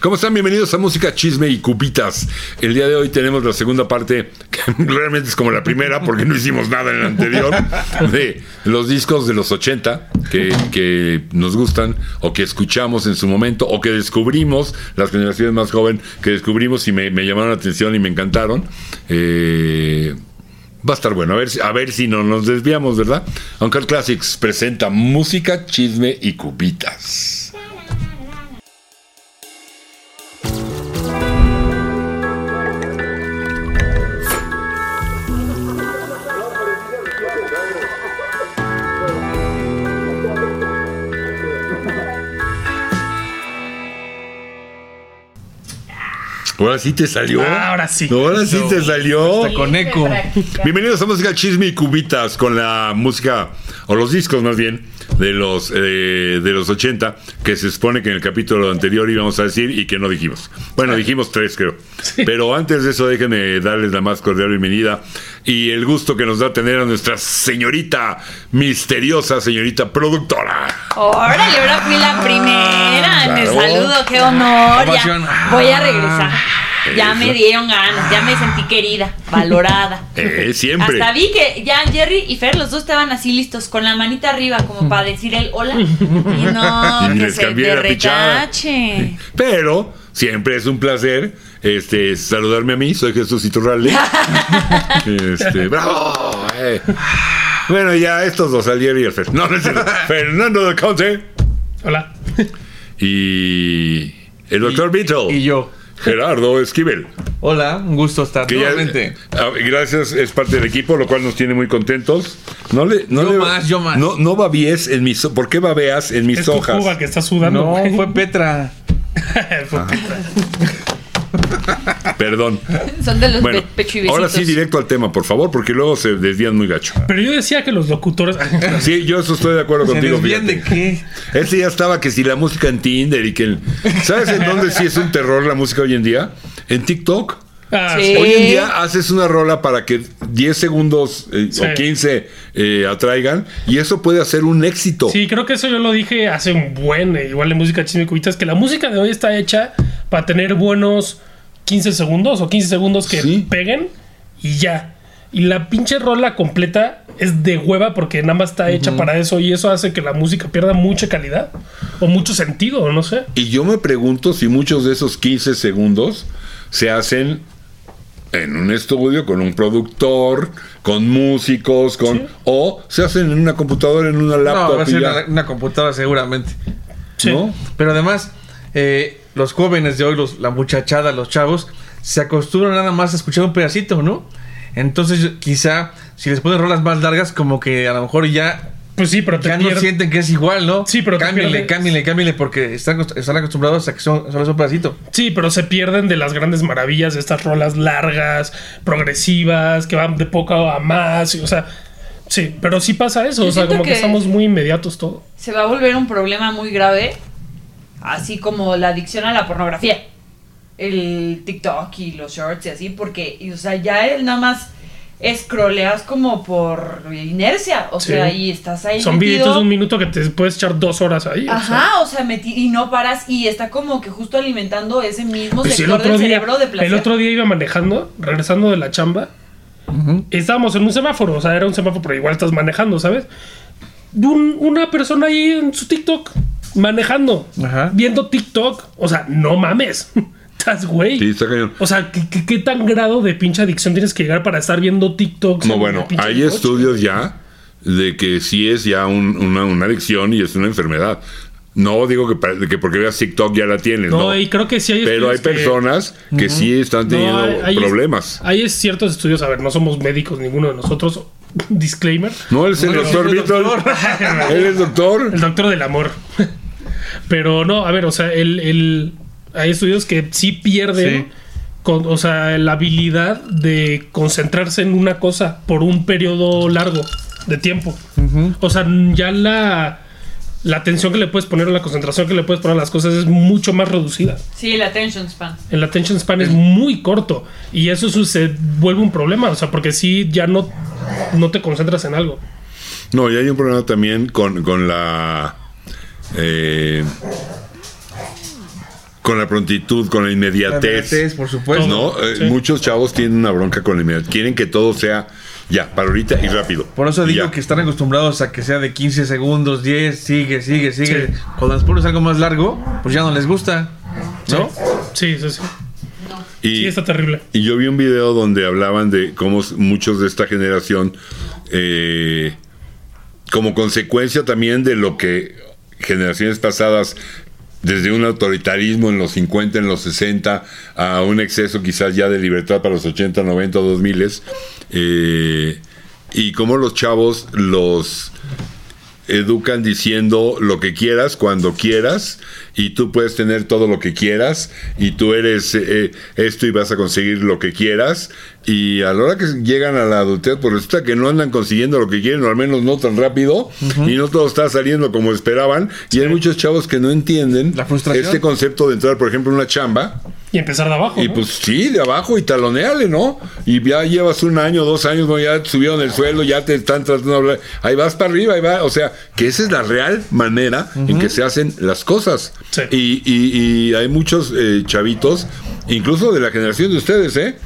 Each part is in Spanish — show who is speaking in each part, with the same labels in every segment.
Speaker 1: ¿Cómo están? Bienvenidos a Música, Chisme y Cupitas. El día de hoy tenemos la segunda parte, que realmente es como la primera, porque no hicimos nada en la anterior, de los discos de los 80 que, que nos gustan o que escuchamos en su momento o que descubrimos, las generaciones más jóvenes que descubrimos y me, me llamaron la atención y me encantaron. Eh, Va a estar bueno, a ver, si- a ver si no nos desviamos, ¿verdad? Uncle Classics presenta música, chisme y cupitas. Ahora sí te salió.
Speaker 2: Ahora sí.
Speaker 1: Ahora sí
Speaker 2: Eso.
Speaker 1: te salió.
Speaker 2: Hasta con eco.
Speaker 1: Bienvenidos a Música Chisme y Cubitas con la música, o los discos más bien, de los, eh, de los 80, que se supone que en el capítulo anterior íbamos a decir y que no dijimos. Bueno, dijimos tres, creo. Pero antes de eso, déjenme darles la más cordial bienvenida y el gusto que nos da tener a nuestra señorita, misteriosa señorita productora.
Speaker 3: Órale, ahora fui la primera.
Speaker 1: Ah,
Speaker 3: me
Speaker 1: claro.
Speaker 3: saludo, qué honor. ya.
Speaker 2: Ovación. Ah.
Speaker 3: voy a regresar. Ya
Speaker 1: Eso.
Speaker 3: me dieron ganas, ya me sentí querida, valorada.
Speaker 1: Eh, siempre.
Speaker 3: Hasta vi que ya Jerry y Fer, los dos estaban así listos, con la manita arriba, como para decir el hola. Y no,
Speaker 1: Y
Speaker 3: que
Speaker 1: les
Speaker 3: se
Speaker 1: cambié
Speaker 3: te
Speaker 1: la pichada.
Speaker 3: retache.
Speaker 1: Pero siempre es un placer este, saludarme a mí. Soy Jesús Iturralde. este, ¡Bravo! eh. Bueno, ya estos dos, Alier y el Fer. No, no es cierto. Fernando del Conte
Speaker 2: Hola.
Speaker 1: y el doctor Beetle.
Speaker 2: Y yo.
Speaker 1: Gerardo Esquivel.
Speaker 2: Hola, un gusto estar
Speaker 1: Que ya,
Speaker 2: nuevamente.
Speaker 1: ah, gracias, es parte del equipo, lo cual nos tiene muy contentos. No le, no
Speaker 2: Yo
Speaker 1: le-
Speaker 2: más, yo más.
Speaker 1: No, no babies en mis. ¿Por qué babeas en mis
Speaker 4: Es tu
Speaker 1: hojas?
Speaker 4: Cuba que está sudando.
Speaker 2: No,
Speaker 4: güey.
Speaker 2: fue Petra.
Speaker 4: Fue Petra.
Speaker 1: Perdón.
Speaker 3: Son de los
Speaker 1: Bueno,
Speaker 3: pe- pecho y besitos.
Speaker 1: ahora sí, directo al tema, por favor, porque luego se desvían muy gacho.
Speaker 4: Pero yo decía que los locutores.
Speaker 1: Sí, yo eso estoy de acuerdo
Speaker 2: ¿Se
Speaker 1: contigo.
Speaker 2: desvían de
Speaker 1: fíjate.
Speaker 2: qué?
Speaker 1: Ese ya estaba que si la música en Tinder y que... el- ¿Sabes en dónde sí es un terror la música hoy en día? En TikTok.
Speaker 4: Ah,
Speaker 3: Sí.
Speaker 4: sí.
Speaker 1: Hoy en día haces una rola para que 10 segundos eh,
Speaker 4: Sí.
Speaker 1: o 15 eh, atraigan y eso puede hacer un éxito.
Speaker 4: Sí, creo que eso yo lo dije hace un buen, eh, igual de música chisme y cubitas, que la música de hoy está hecha para tener buenos 15 segundos o 15 segundos que
Speaker 1: Sí.
Speaker 4: peguen y ya. Y la pinche rola completa es de hueva porque nada más está hecha para eso y eso hace que la música pierda mucha calidad o mucho sentido, o no sé.
Speaker 1: Y yo me pregunto si muchos de esos 15 segundos se hacen en un estudio con un productor, con músicos, con o se hacen en una computadora, en una
Speaker 2: No, va
Speaker 1: laptop.
Speaker 2: a
Speaker 1: y
Speaker 2: ser
Speaker 1: ya,
Speaker 2: una, una computadora seguramente.
Speaker 4: Sí.
Speaker 1: ¿no?
Speaker 2: Pero además, eh, los jóvenes de hoy, los, la muchachada, los chavos, se acostumbran nada más a escuchar un pedacito, ¿no? Entonces, quizá si les ponen rolas más largas, como que a lo mejor ya,
Speaker 4: Pues sí, pero te
Speaker 2: ya no
Speaker 4: pierde-
Speaker 2: sienten que es igual, ¿no?
Speaker 4: Sí, pero te
Speaker 2: cámbiale,
Speaker 4: pierdes.
Speaker 2: cámbiale, cámbiale, porque están, están acostumbrados a que son, solo es un pedacito.
Speaker 4: Sí, pero se pierden de las grandes maravillas de estas rolas largas, progresivas, que van de poco a más. y, O sea, sí, pero sí pasa eso.
Speaker 3: Yo
Speaker 4: o sea,
Speaker 3: siento
Speaker 4: como que...
Speaker 3: que-
Speaker 4: estamos muy inmediatos todo.
Speaker 3: Se va a volver un problema muy grave, así como la adicción a la pornografía. El TikTok y los shorts y así, porque, y, o sea, ya él nada más escroleas como por inercia, o
Speaker 4: Sí.
Speaker 3: sea, y estás ahí.
Speaker 4: Son
Speaker 3: metido.
Speaker 4: videitos de un minuto que te puedes echar dos horas ahí. o sea.
Speaker 3: Ajá, o sea, meti- y no paras, y está como que justo alimentando ese mismo
Speaker 4: Pues el
Speaker 3: sector
Speaker 4: otro,
Speaker 3: del
Speaker 4: día,
Speaker 3: cerebro de placer.
Speaker 4: el otro día iba manejando, regresando de la chamba. Estábamos en un semáforo, o sea, era un semáforo, pero igual estás manejando, ¿sabes? Un- una persona ahí en su TikTok, manejando,
Speaker 2: Ajá.
Speaker 4: viendo TikTok. O sea, no mames. Estás güey.
Speaker 1: Sí, está cañón.
Speaker 4: O sea, ¿qué, qué, qué tan grado de pinche adicción tienes que llegar para estar viendo TikToks?
Speaker 1: No,
Speaker 4: en
Speaker 1: bueno,
Speaker 4: el pinche
Speaker 1: hay
Speaker 4: coche?
Speaker 1: estudios ya de que sí es ya un- una, una adicción y es una enfermedad. No digo que, pa- que porque veas TikTok ya la tienes,
Speaker 4: No,
Speaker 1: no.
Speaker 4: y creo que sí hay
Speaker 1: Pero hay
Speaker 4: estudios que-
Speaker 1: personas que sí están teniendo
Speaker 4: No, hay- hay-
Speaker 1: problemas.
Speaker 4: Hay ciertos estudios, a ver, no somos médicos ninguno de nosotros. Disclaimer.
Speaker 1: No, él es el
Speaker 2: Bueno,
Speaker 1: doctor
Speaker 2: soy
Speaker 1: Víctor.
Speaker 2: doctor.
Speaker 1: él es doctor.
Speaker 4: El doctor del amor. Pero no, a ver, o sea, el, el- hay estudios que sí pierden,
Speaker 2: Sí.
Speaker 4: con- o sea, la habilidad de concentrarse en una cosa por un periodo largo de tiempo. O sea, ya la, la atención que le puedes poner o la concentración que le puedes poner a las cosas es mucho más reducida.
Speaker 3: Sí, el attention span.
Speaker 4: El attention span es muy corto y eso su- se vuelve un problema, o sea, porque sí ya no, no te concentras en algo.
Speaker 1: No, y hay un problema también con, con la. eh, con la prontitud, con la
Speaker 2: La
Speaker 1: inmediatez.
Speaker 2: inmediatez, por supuesto.
Speaker 1: ¿no? Eh,
Speaker 4: Sí.
Speaker 1: Muchos chavos tienen una bronca con la inmediatez. Quieren que todo sea ya, para ahorita y rápido.
Speaker 2: Por eso
Speaker 1: Y
Speaker 2: digo
Speaker 1: ya.
Speaker 2: que están acostumbrados a que sea de 15 segundos, 10, sigue, sigue, sigue.
Speaker 4: Sí.
Speaker 2: Cuando les pones algo más largo, pues ya no les gusta. ¿No?
Speaker 4: Sí, sí, sí.
Speaker 1: Y-
Speaker 4: Sí, está terrible.
Speaker 1: Y yo vi un video donde hablaban de cómo s- muchos de esta generación, eh, como consecuencia también de lo que generaciones pasadas, desde un autoritarismo en los 50, en los 60, a un exceso quizás ya de libertad para los 80, 90, 2000, eh, y cómo los chavos los educan diciendo lo que quieras cuando quieras y tú puedes tener todo lo que quieras y tú eres eh, eh, esto y vas a conseguir lo que quieras y a la hora que llegan a la adultez pues resulta que no andan consiguiendo lo que quieren o al menos no tan rápido y no todo está saliendo como esperaban y hay muchos chavos que no entienden
Speaker 2: La frustración.
Speaker 1: este concepto de entrar por ejemplo en una chamba
Speaker 4: Y empezar de abajo.
Speaker 1: y
Speaker 4: ¿no?
Speaker 1: pues sí, de abajo y taloneale, ¿no? Y ya llevas un año, dos años, ¿no? ya te subieron el sueldo, ya te están tratando de hablar. Ahí vas para arriba, ahí va. O sea, que esa es la real manera en que se hacen las cosas.
Speaker 4: Sí.
Speaker 1: Y, y- y hay muchos eh, chavitos, incluso de la generación de ustedes, ¿eh?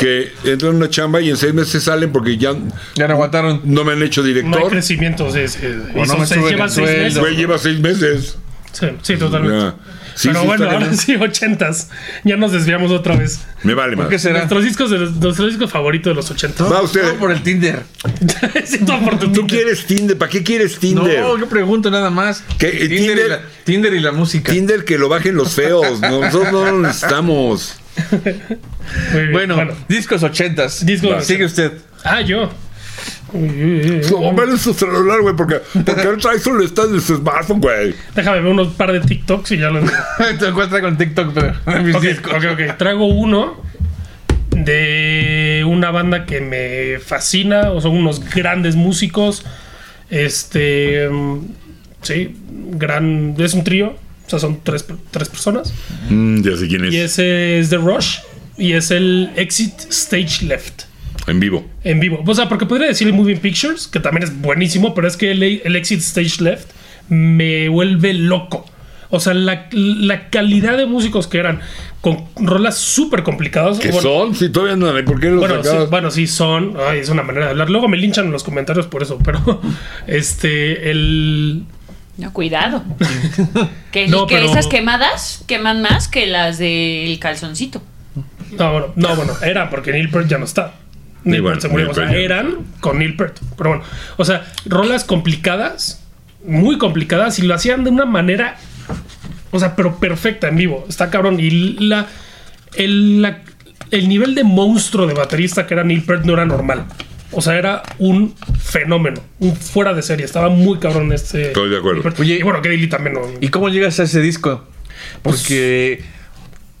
Speaker 1: Que entran a una chamba y en seis meses salen porque ya
Speaker 2: Ya no aguantaron.
Speaker 1: no me han hecho
Speaker 4: no hay
Speaker 1: director.
Speaker 4: crecimiento. Sí, sí. Y
Speaker 2: no
Speaker 4: son
Speaker 2: me
Speaker 4: seis-
Speaker 2: suben
Speaker 4: llevan
Speaker 2: el
Speaker 4: seis
Speaker 2: sueldo.
Speaker 4: meses.
Speaker 1: Güey, lleva seis meses.
Speaker 4: Sí, sí, totalmente.
Speaker 1: Ya. Sí,
Speaker 4: Pero
Speaker 1: sí,
Speaker 4: bueno,
Speaker 1: está
Speaker 4: ahora
Speaker 1: cañón.
Speaker 4: sí, ochentas. Ya nos desviamos otra vez.
Speaker 1: Me vale
Speaker 2: ¿Por qué
Speaker 1: más.
Speaker 2: será?
Speaker 4: Nuestros discos, de los, nuestro disco favorito de los ochentas.
Speaker 1: Va usted.
Speaker 2: Todo por el Tinder.
Speaker 4: Sí, todo por
Speaker 1: ¿Tú
Speaker 4: tu Tinder.
Speaker 1: quieres Tinder? ¿Para qué quieres Tinder?
Speaker 2: No, yo pregunto nada más.
Speaker 1: ¿Qué?
Speaker 2: Tinder,
Speaker 1: ¿Tinder?
Speaker 2: Y la, Tinder y la música.
Speaker 1: Tinder que lo bajen los feos. Nosotros no lo necesitamos.
Speaker 4: Muy bien,
Speaker 2: Bueno, discos ochentas.
Speaker 4: Discos
Speaker 2: Va.
Speaker 4: ochentas.
Speaker 2: Sigue usted.
Speaker 4: Ah, yo. Uy, uy, uy.
Speaker 1: Hombre, su celular, güey, porque, porque el Tyson le está en su smartphone, güey.
Speaker 4: Déjame ver unos par de TikToks y ya lo
Speaker 2: Te encuentras con TikTok, pero de mis
Speaker 4: Ok,
Speaker 2: discos.
Speaker 4: ok, ok. Traigo uno de una banda que me fascina, o son unos grandes músicos. Este, mm, sí, gran, es un trío, o sea, son tres, tres personas.
Speaker 1: Mm, ya sé quién es.
Speaker 4: Y ese es The Rush y es el Exit Stage Left
Speaker 1: En vivo.
Speaker 4: en vivo. O sea, porque podría decirle Moving Pictures, que también es buenísimo, pero es que el, el Exit Stage Left me vuelve loco. O sea, la, la calidad de músicos que eran, con rolas súper complicadas.
Speaker 1: ¿Qué
Speaker 4: Bueno,
Speaker 1: son? Si todavía no, ¿por qué los
Speaker 4: bueno, sí,
Speaker 1: sacabas?
Speaker 4: bueno, sí son. Ay, es una manera de hablar. Luego me linchan en los comentarios por eso, pero este, el...
Speaker 3: No, cuidado. que
Speaker 4: No,
Speaker 3: que
Speaker 4: pero-
Speaker 3: esas quemadas queman más que las del calzoncito.
Speaker 4: No, bueno, no, bueno, era porque Neil Peart ya no está. Neil
Speaker 1: bueno,
Speaker 4: Peart se murió,
Speaker 1: Neil
Speaker 4: o sea,
Speaker 1: Peart ya
Speaker 4: eran con Neil Peart. Pero bueno, o sea, rolas complicadas, muy complicadas, y lo hacían de una manera, o sea, pero perfecta en vivo. Está cabrón. Y la, el, la- el nivel de monstruo de baterista que era Neil Peart no era normal. O sea, era un fenómeno, un fuera de serie. Estaba muy cabrón este.
Speaker 1: Estoy de acuerdo.
Speaker 4: Neil Peart.
Speaker 2: Oye,
Speaker 4: y bueno, que Dilly también no.
Speaker 2: ¿Y cómo llegas a ese disco? Porque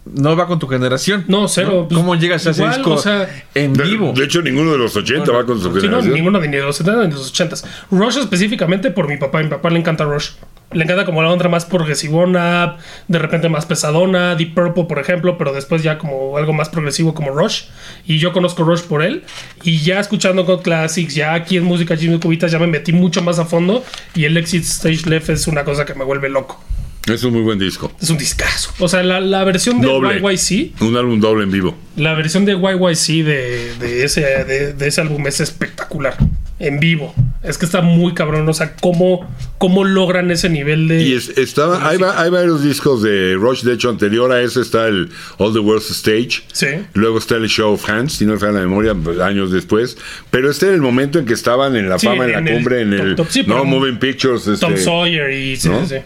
Speaker 2: no va con tu generación.
Speaker 4: No, cero.
Speaker 2: ¿No? ¿Cómo llegas a ese
Speaker 4: Igual,
Speaker 2: disco
Speaker 4: o sea,
Speaker 2: en
Speaker 1: De,
Speaker 2: vivo?
Speaker 1: de hecho, ninguno de los 80 va con su
Speaker 4: Sí, no,
Speaker 1: generación.
Speaker 4: ninguno de ni de los 70 ni de los 80. Rush específicamente por mi papá. Mi papá le encanta Rush. Le encanta como la onda más progresivona, de repente más pesadona, Deep Purple, por ejemplo, pero después ya como algo más progresivo como Rush. Y yo conozco Rush por él. Y ya escuchando con Classics, ya aquí en Música Jimmy Cubitas, ya me metí mucho más a fondo. Y el Exit Stage Left es una cosa que me vuelve loco.
Speaker 1: Es un muy buen disco.
Speaker 4: Es un discazo. O sea, la, la versión de
Speaker 1: Doble.
Speaker 4: YYC,
Speaker 1: Un álbum doble en vivo.
Speaker 4: la versión de YYC de, de ese, de, de ese álbum es espectacular. En vivo. Es que está muy cabrón. O sea, cómo, cómo logran ese nivel de.
Speaker 1: Y es- estaba, hay, va- hay varios discos de Rush. De hecho, anterior a ese está el All the World's Stage.
Speaker 4: Sí.
Speaker 1: Luego está el Show of Hands, si no me falla la memoria, pues, años después. Pero este era el momento en que estaban en la
Speaker 4: Sí,
Speaker 1: fama, en,
Speaker 4: en
Speaker 1: la
Speaker 4: el
Speaker 1: cumbre, en
Speaker 4: top,
Speaker 1: el.
Speaker 4: top. Sí,
Speaker 1: no,
Speaker 4: pero-
Speaker 1: Moving Pictures. Este,
Speaker 4: Tom Sawyer y. Sí,
Speaker 1: ¿No?
Speaker 4: sí, sí.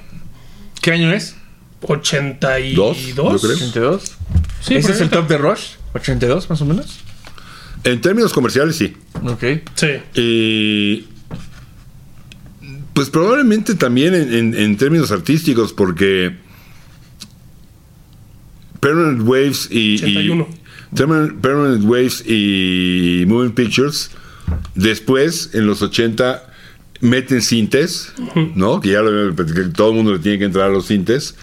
Speaker 2: ¿Qué año es?
Speaker 4: 82.
Speaker 1: Dos, yo creo.
Speaker 2: ¿82?
Speaker 4: Sí,
Speaker 2: ¿Ese
Speaker 4: por
Speaker 2: es el
Speaker 4: ahí
Speaker 2: top de Rush? ¿82 más o menos?
Speaker 1: En términos comerciales, sí.
Speaker 2: Ok.
Speaker 4: Sí.
Speaker 1: Y. Eh, Pues probablemente también en, en- en términos artísticos, porque. Permanent Waves y. y-
Speaker 4: 81.
Speaker 1: Permanent, Permanent Waves y Moving Pictures. Después, en los 80, meten cintes, ¿no? Que ya lo habíamos platicado, que todo el mundo le tiene que entrar a los cintes.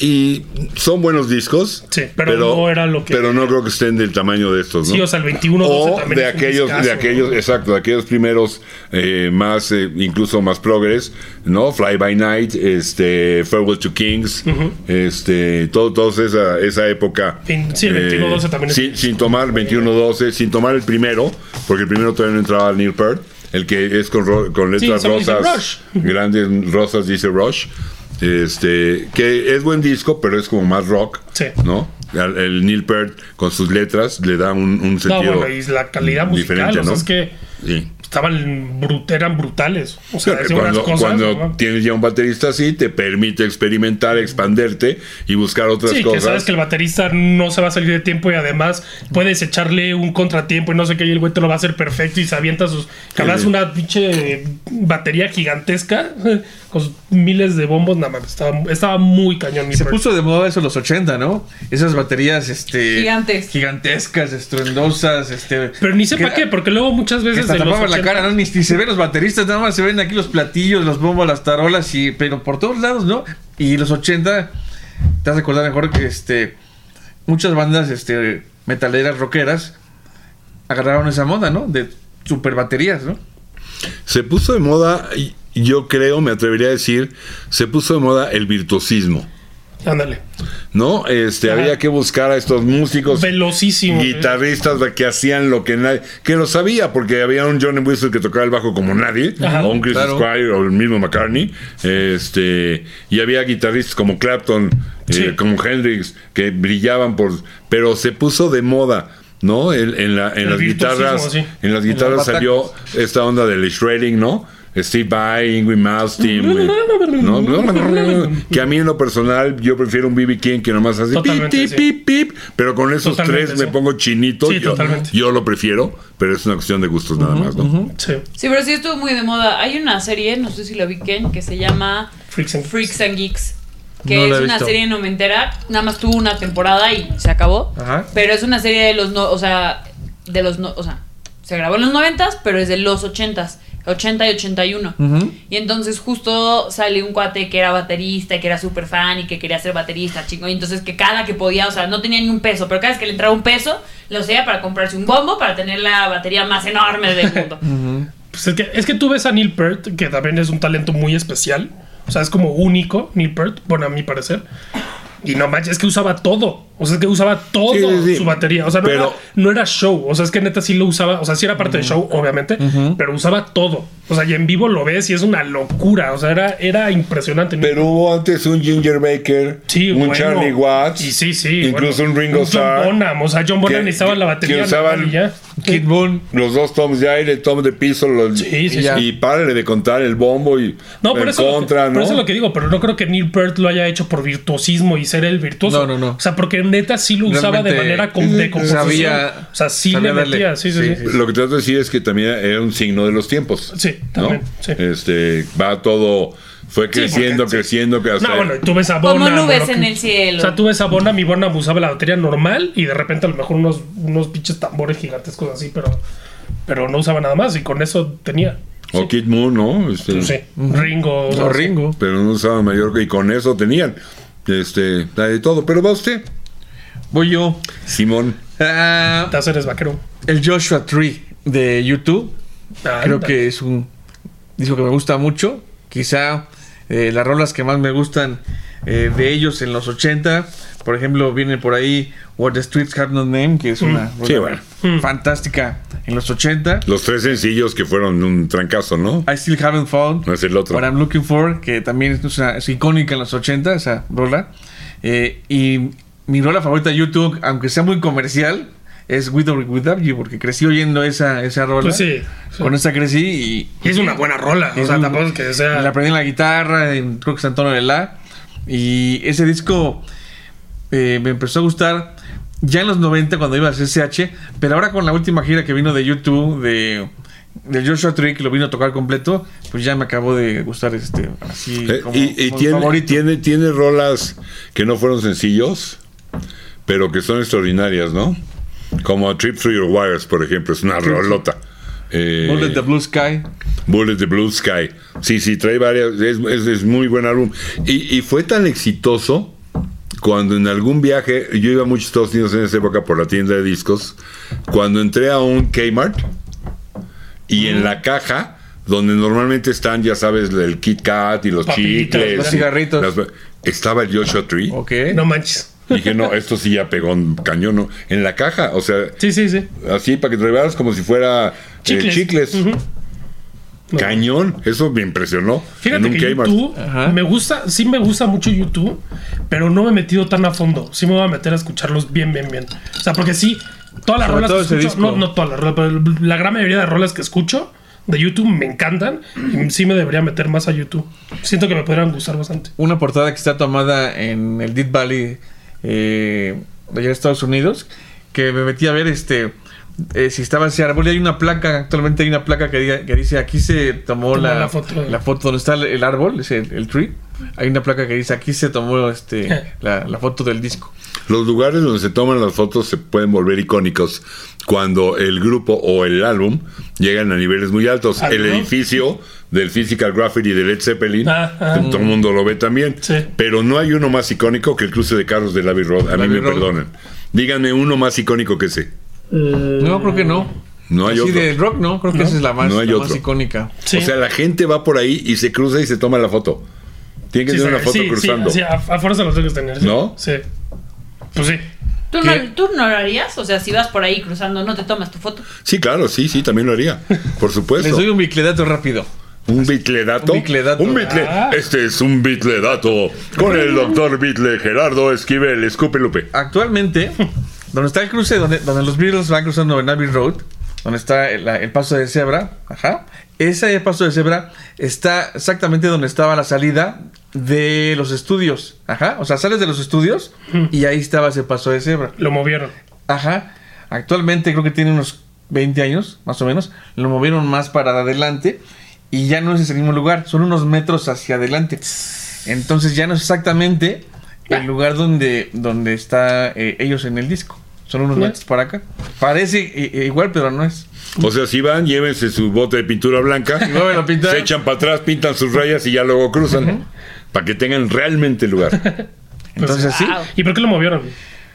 Speaker 1: Y son buenos discos.
Speaker 4: Sí, pero no era lo que-
Speaker 1: Pero no creo que estén del tamaño de estos, ¿no?
Speaker 4: Sí, o sea, el 21
Speaker 1: o
Speaker 4: también
Speaker 1: de
Speaker 4: es un
Speaker 1: aquellos,
Speaker 4: discazo,
Speaker 1: de
Speaker 4: ¿no?
Speaker 1: aquellos, exacto, de aquellos primeros eh, más, eh, incluso más progres, ¿no? Fly by Night, este, Farewell to Kings, este, todo, todos esa, esa época. eh,
Speaker 4: Fin- sí, el 21-12 también es-
Speaker 1: Sin, sin tomar 21-12, sin tomar el primero, porque el primero todavía no entraba Neil Peart, el que es con, ro- con letras
Speaker 4: solo dice
Speaker 1: rosas, grandes rosas, dice Rush. Este, que es buen disco, pero es como más rock,
Speaker 4: Sí.
Speaker 1: ¿no? Al- El Neil Peart con sus letras le da un, un
Speaker 4: No,
Speaker 1: sentido
Speaker 4: bueno, y la calidad musical,
Speaker 1: diferente,
Speaker 4: o sea,
Speaker 1: ¿no?
Speaker 4: es que
Speaker 1: Este Sí.
Speaker 4: estaban brut- eran brutales. O sea,
Speaker 1: Claro,
Speaker 4: hacían unas
Speaker 1: cuando
Speaker 4: cosas.
Speaker 1: cuando
Speaker 4: ¿no?
Speaker 1: tienes ya un baterista así, te permite experimentar, expanderte y buscar otras
Speaker 4: Sí, que
Speaker 1: cosas.
Speaker 4: sabes que el baterista no se va a salir de tiempo y además puedes echarle un contratiempo y no sé qué, y el güey te lo va a hacer perfecto y se avienta sus. Que hablas
Speaker 1: Sí.
Speaker 4: una pinche batería gigantesca con sus miles de bombos, nada más. Estaba, estaba muy cañón. mi
Speaker 2: Se
Speaker 4: Pearl.
Speaker 2: puso de moda eso en los 80, ¿no? Esas baterías este,
Speaker 3: Gigantes.
Speaker 2: gigantescas, estruendosas. Este,
Speaker 4: Pero ni sé
Speaker 2: que-
Speaker 4: para qué, porque luego muchas
Speaker 2: que
Speaker 4: veces.
Speaker 2: hasta
Speaker 4: de los
Speaker 2: tapaban la
Speaker 4: 80,
Speaker 2: cara, ¿no? Ni, ni se ven los bateristas, nada más se ven aquí los platillos, las bombas, las tarolas, y, pero por todos lados, ¿no? Y los 80, te has recordar mejor que este, muchas bandas este, metaleras, rockeras, agarraron esa moda, ¿no? De super baterías, ¿no?
Speaker 1: Se puso de moda, y- yo creo, me atrevería a decir, se puso de moda el virtuosismo.
Speaker 4: Ándale.
Speaker 1: ¿No? Este,
Speaker 4: Ajá.
Speaker 1: había que buscar a estos músicos.
Speaker 4: Velocísimo.
Speaker 1: guitarristas que hacían lo que nadie que lo sabía porque había un Johnny Whistle que tocaba el bajo como nadie
Speaker 4: Ajá.
Speaker 1: o un Chris
Speaker 2: Claro.
Speaker 1: Squire o el mismo McCartney este y había guitarristas como Clapton eh,
Speaker 4: Sí.
Speaker 1: como Hendrix que brillaban por pero se puso de moda no en, en la- en
Speaker 4: El
Speaker 1: las
Speaker 4: virtuosismo,
Speaker 1: guitarras
Speaker 4: sí.
Speaker 1: en las guitarras salió esta onda del shredding no Steve Vai, Ingrid Mouse Team, eh, ¿no? que a mí en lo personal yo prefiero un BB King que nomás hace pip,
Speaker 4: Totalmente,
Speaker 1: pip,
Speaker 4: sí.
Speaker 1: pip, pip, pero con esos
Speaker 4: Totalmente,
Speaker 1: tres
Speaker 4: sí.
Speaker 1: me pongo chinito.
Speaker 4: Sí,
Speaker 1: yo,
Speaker 4: totalmente.
Speaker 1: yo lo prefiero, pero es una cuestión de gustos nada más, ¿no?
Speaker 4: Sí.
Speaker 3: Sí, pero sí estuvo muy de moda. Hay una serie, no sé si la vi Ken, que se llama
Speaker 4: Freaks and-
Speaker 3: Freaks and Geeks. Que
Speaker 2: No la
Speaker 3: es
Speaker 2: he
Speaker 3: una
Speaker 2: visto.
Speaker 3: serie noventera, nada más tuvo una temporada y se acabó.
Speaker 2: Ajá.
Speaker 3: Pero es una serie de los no, o sea, de los no, o sea, se grabó en los noventas, pero es de los ochentas, 80 y 81.
Speaker 2: Ujú.
Speaker 3: Y entonces justo sale un cuate que era baterista, y que era súper fan y que quería ser baterista, chingo. Y entonces que cada que podía, o sea, no tenía ni un peso, pero cada vez que le entraba un peso, lo hacía para comprarse un bombo para tener la batería más enorme del mundo.
Speaker 4: Pues es que, es que tú ves a Neil Peart, que también es un talento muy especial. O sea, es como único, Neil Peart, bueno, a mi parecer. Y no manches, es que usaba todo. O sea, es que usaba todo
Speaker 1: Sí, sí, sí.
Speaker 4: su batería. O sea, no,
Speaker 1: Pero-
Speaker 4: era, no era show. O sea, es que neta sí lo usaba. O sea, sí era parte del show, obviamente. Pero usaba todo. O sea, y en vivo lo ves y es una locura. O sea, era, era impresionante.
Speaker 1: Pero hubo antes un Ginger Baker,
Speaker 4: Sí,
Speaker 1: un
Speaker 4: bueno.
Speaker 1: Charlie Watts,
Speaker 4: Y sí, sí.
Speaker 1: incluso
Speaker 4: bueno.
Speaker 1: un Ringo Starr.
Speaker 4: John Bonham. O sea, John Bonham
Speaker 1: que-
Speaker 4: necesitaba la
Speaker 1: que
Speaker 4: batería. ¿no?
Speaker 1: usaban-
Speaker 4: Y ya.
Speaker 2: Kid Boon.
Speaker 1: Los dos toms de aire, tom de piso, los-
Speaker 4: Sí, sí,
Speaker 1: y,
Speaker 2: sí.
Speaker 1: y párale de contar el bombo y
Speaker 4: No,
Speaker 1: el
Speaker 4: por eso,
Speaker 1: contra,
Speaker 4: lo que,
Speaker 1: ¿no?
Speaker 4: por eso es lo que digo, pero no creo que Neil Peart lo haya hecho por virtuosismo y ser el virtuoso.
Speaker 2: No, no, no.
Speaker 4: O sea, porque neta sí lo usaba de
Speaker 2: Realmente
Speaker 4: manera com- de composición.
Speaker 2: sabía-
Speaker 4: o sea, sí
Speaker 2: sabía
Speaker 4: le metía,
Speaker 2: darle.
Speaker 4: sí, sí, sí.
Speaker 2: Sí.
Speaker 1: Lo que trato de decir es que también era un signo de los tiempos.
Speaker 4: Sí,
Speaker 1: ¿no?
Speaker 4: también, sí.
Speaker 1: Este, va todo, fue
Speaker 4: porque-
Speaker 1: creciendo,
Speaker 4: sí.
Speaker 1: creciendo, que hasta
Speaker 4: No, bueno, y tú ves a Bona.
Speaker 3: Como nubes en el cielo.
Speaker 4: O sea, tú ves a Bona, mi Bona usaba la batería normal y de repente a lo mejor unos, unos pinches tambores gigantescos así, pero, pero no usaba nada más y con eso tenía.
Speaker 1: o Kid Moon, ¿no? Este,
Speaker 4: No sé, Ringo.
Speaker 2: O Ringo.
Speaker 1: pero no usaban mayor y con eso tenían este la de todo pero va usted
Speaker 2: Voy yo.
Speaker 1: Simón
Speaker 2: Ah,
Speaker 4: Te eres vaquero.
Speaker 2: el Joshua Tree de YouTube.
Speaker 4: Ah,
Speaker 2: Creo
Speaker 4: anda.
Speaker 2: que es un disco que me gusta mucho. Quizá eh, las rolas que más me gustan eh, de ellos en los 80. Por ejemplo, viene por ahí What the Streets Have No Name, que es una
Speaker 1: Sí,
Speaker 2: rola
Speaker 4: bueno. Mm.
Speaker 2: fantástica en los 80.
Speaker 1: los tres sencillos que fueron un trancazo no
Speaker 2: I Still Haven't Found
Speaker 1: no es el otro
Speaker 2: What I'm Looking For, que también es, una- es icónica en los 80, esa rola. Eh, y mi rola favorita de YouTube, aunque sea muy comercial, es With or Without You, porque crecí oyendo esa, esa rola.
Speaker 4: Pues sí, sí.
Speaker 2: Con esa crecí y,
Speaker 4: Y es una buena rola. O
Speaker 2: Es
Speaker 4: sea,
Speaker 2: un-
Speaker 4: tampoco es que sea.
Speaker 2: La aprendí en la guitarra, en- creo que es Antonio de la. Y ese disco eh, me empezó a gustar ya en los 90 cuando iba a CCH, pero ahora con la última gira que vino de YouTube, de, del Joshua Tree, que lo vino a tocar completo, pues ya me acabó de gustar este, así
Speaker 1: Eh,
Speaker 2: como,
Speaker 1: y, y
Speaker 2: como
Speaker 1: tiene,
Speaker 2: favorito.
Speaker 1: tiene tiene rolas que no fueron sencillos pero que son extraordinarias no como Trip Through Your Wires por ejemplo es una rolota Eh,
Speaker 2: Bullet the Blue Sky.
Speaker 1: Bullet the Blue Sky. Sí, sí, trae varias. Es, es- es muy buen álbum. Y, y fue tan exitoso cuando en algún viaje, yo iba a muchos Estados Unidos en esa época por la tienda de discos, cuando entré a un Kmart y en la caja, donde normalmente están, ya sabes, el Kit Kat y los
Speaker 4: Papitas,
Speaker 1: chicles.
Speaker 4: los
Speaker 1: y
Speaker 2: cigarritos.
Speaker 1: las- estaba el Joshua Tree.
Speaker 2: Ok.
Speaker 4: No manches.
Speaker 1: Dije, no, esto sí ya pegó un cañón, ¿no? En la caja, o sea,
Speaker 4: Sí, sí, sí.
Speaker 1: así para que te llevaras como si fuera eh,
Speaker 4: Chicles.
Speaker 1: chicles.
Speaker 4: Ujú.
Speaker 1: Cañón, eso me impresionó. en
Speaker 4: Fíjate
Speaker 1: un
Speaker 4: que
Speaker 1: Kmart.
Speaker 4: YouTube
Speaker 2: Ajá.
Speaker 4: me gusta, sí me gusta mucho YouTube, pero no me he metido tan a fondo. Sí me voy a meter a escucharlos bien, bien, bien. O sea, porque sí, todas las
Speaker 2: Sobre
Speaker 4: rolas
Speaker 2: todo
Speaker 4: que
Speaker 2: ese
Speaker 4: escucho,
Speaker 2: disco.
Speaker 4: no, no todas las rolas, pero la gran mayoría de rolas que escucho de YouTube me encantan y sí me debería meter más a YouTube. Siento que me podrían gustar bastante.
Speaker 2: una portada que está tomada en el Deep Valley eh, de allá de Estados Unidos, que me metí a ver este eh, si estaba ese árbol y hay una placa, actualmente hay una placa que, diga- que dice aquí se tomó
Speaker 4: Tomó
Speaker 2: la,
Speaker 4: la foto.
Speaker 2: la foto donde está el, el árbol, es el, el tree, hay una placa que dice aquí se tomó este la, la foto del disco.
Speaker 1: Los lugares donde se toman las fotos se pueden volver icónicos cuando el grupo o el álbum llegan a niveles muy altos.
Speaker 4: Ah,
Speaker 1: El
Speaker 4: ¿no?
Speaker 1: edificio del Physical Graffiti de Led Zeppelin,
Speaker 4: Ah, ah.
Speaker 1: todo el mundo lo ve también.
Speaker 4: Sí.
Speaker 1: Pero no hay uno más icónico que el cruce de carros del Abbey Road. A mí
Speaker 2: Abbey
Speaker 1: me
Speaker 2: Road.
Speaker 1: perdonan. Díganme uno más icónico que ese.
Speaker 2: No, creo que no.
Speaker 1: No hay
Speaker 2: Así
Speaker 1: otro.
Speaker 2: de rock no, creo que
Speaker 4: No.
Speaker 2: esa es la más,
Speaker 1: No hay
Speaker 2: la más
Speaker 1: otro.
Speaker 2: icónica.
Speaker 4: Sí.
Speaker 1: O sea, la gente va por ahí y se cruza y se toma la foto. Tiene que
Speaker 4: Sí,
Speaker 1: tener una
Speaker 4: sí,
Speaker 1: foto
Speaker 4: sí,
Speaker 1: cruzando.
Speaker 4: Sí, a, a fuerza los tengo que tener. sí.
Speaker 1: ¿No?
Speaker 4: Sí. Pues sí.
Speaker 3: ¿Tú
Speaker 2: ¿Qué?
Speaker 3: no, ¿Tú no lo harías? O sea, si vas por ahí cruzando, no te tomas tu foto.
Speaker 1: Sí, claro, sí, sí, también lo haría. Por supuesto.
Speaker 2: Les doy un bicledato rápido.
Speaker 1: ¿Un bitledato?
Speaker 2: Un bitledato.
Speaker 1: Un bitle-
Speaker 4: Ah.
Speaker 1: Este es un bitledato. Con el doctor Bitle Gerardo Esquivel, Escupe Lupe.
Speaker 2: actualmente, donde está el cruce, donde, donde los Beatles van cruzando en Abbey Road, donde está el, la- el paso de cebra, ajá, ese paso de cebra está exactamente donde estaba la salida de los estudios, ajá, o sea, sales de los estudios y ahí estaba ese paso de cebra,
Speaker 4: Lo movieron.
Speaker 2: ajá, actualmente creo que tiene unos 20 años, más o menos, lo movieron más para adelante y ya no es ese mismo lugar, son unos metros hacia adelante. Entonces ya no es exactamente el lugar donde, donde está eh, ellos en el disco. Son unos
Speaker 4: Ya.
Speaker 2: metros para acá. Parece i- i- igual, pero no es.
Speaker 1: O sea, si van, llévense su bote de pintura blanca.
Speaker 2: Y vuelven a pintar.
Speaker 1: Se echan para atrás, pintan sus rayas y ya luego cruzan. Para que tengan realmente el lugar.
Speaker 2: Entonces sí.
Speaker 3: wow.
Speaker 4: ¿Y por qué lo movieron?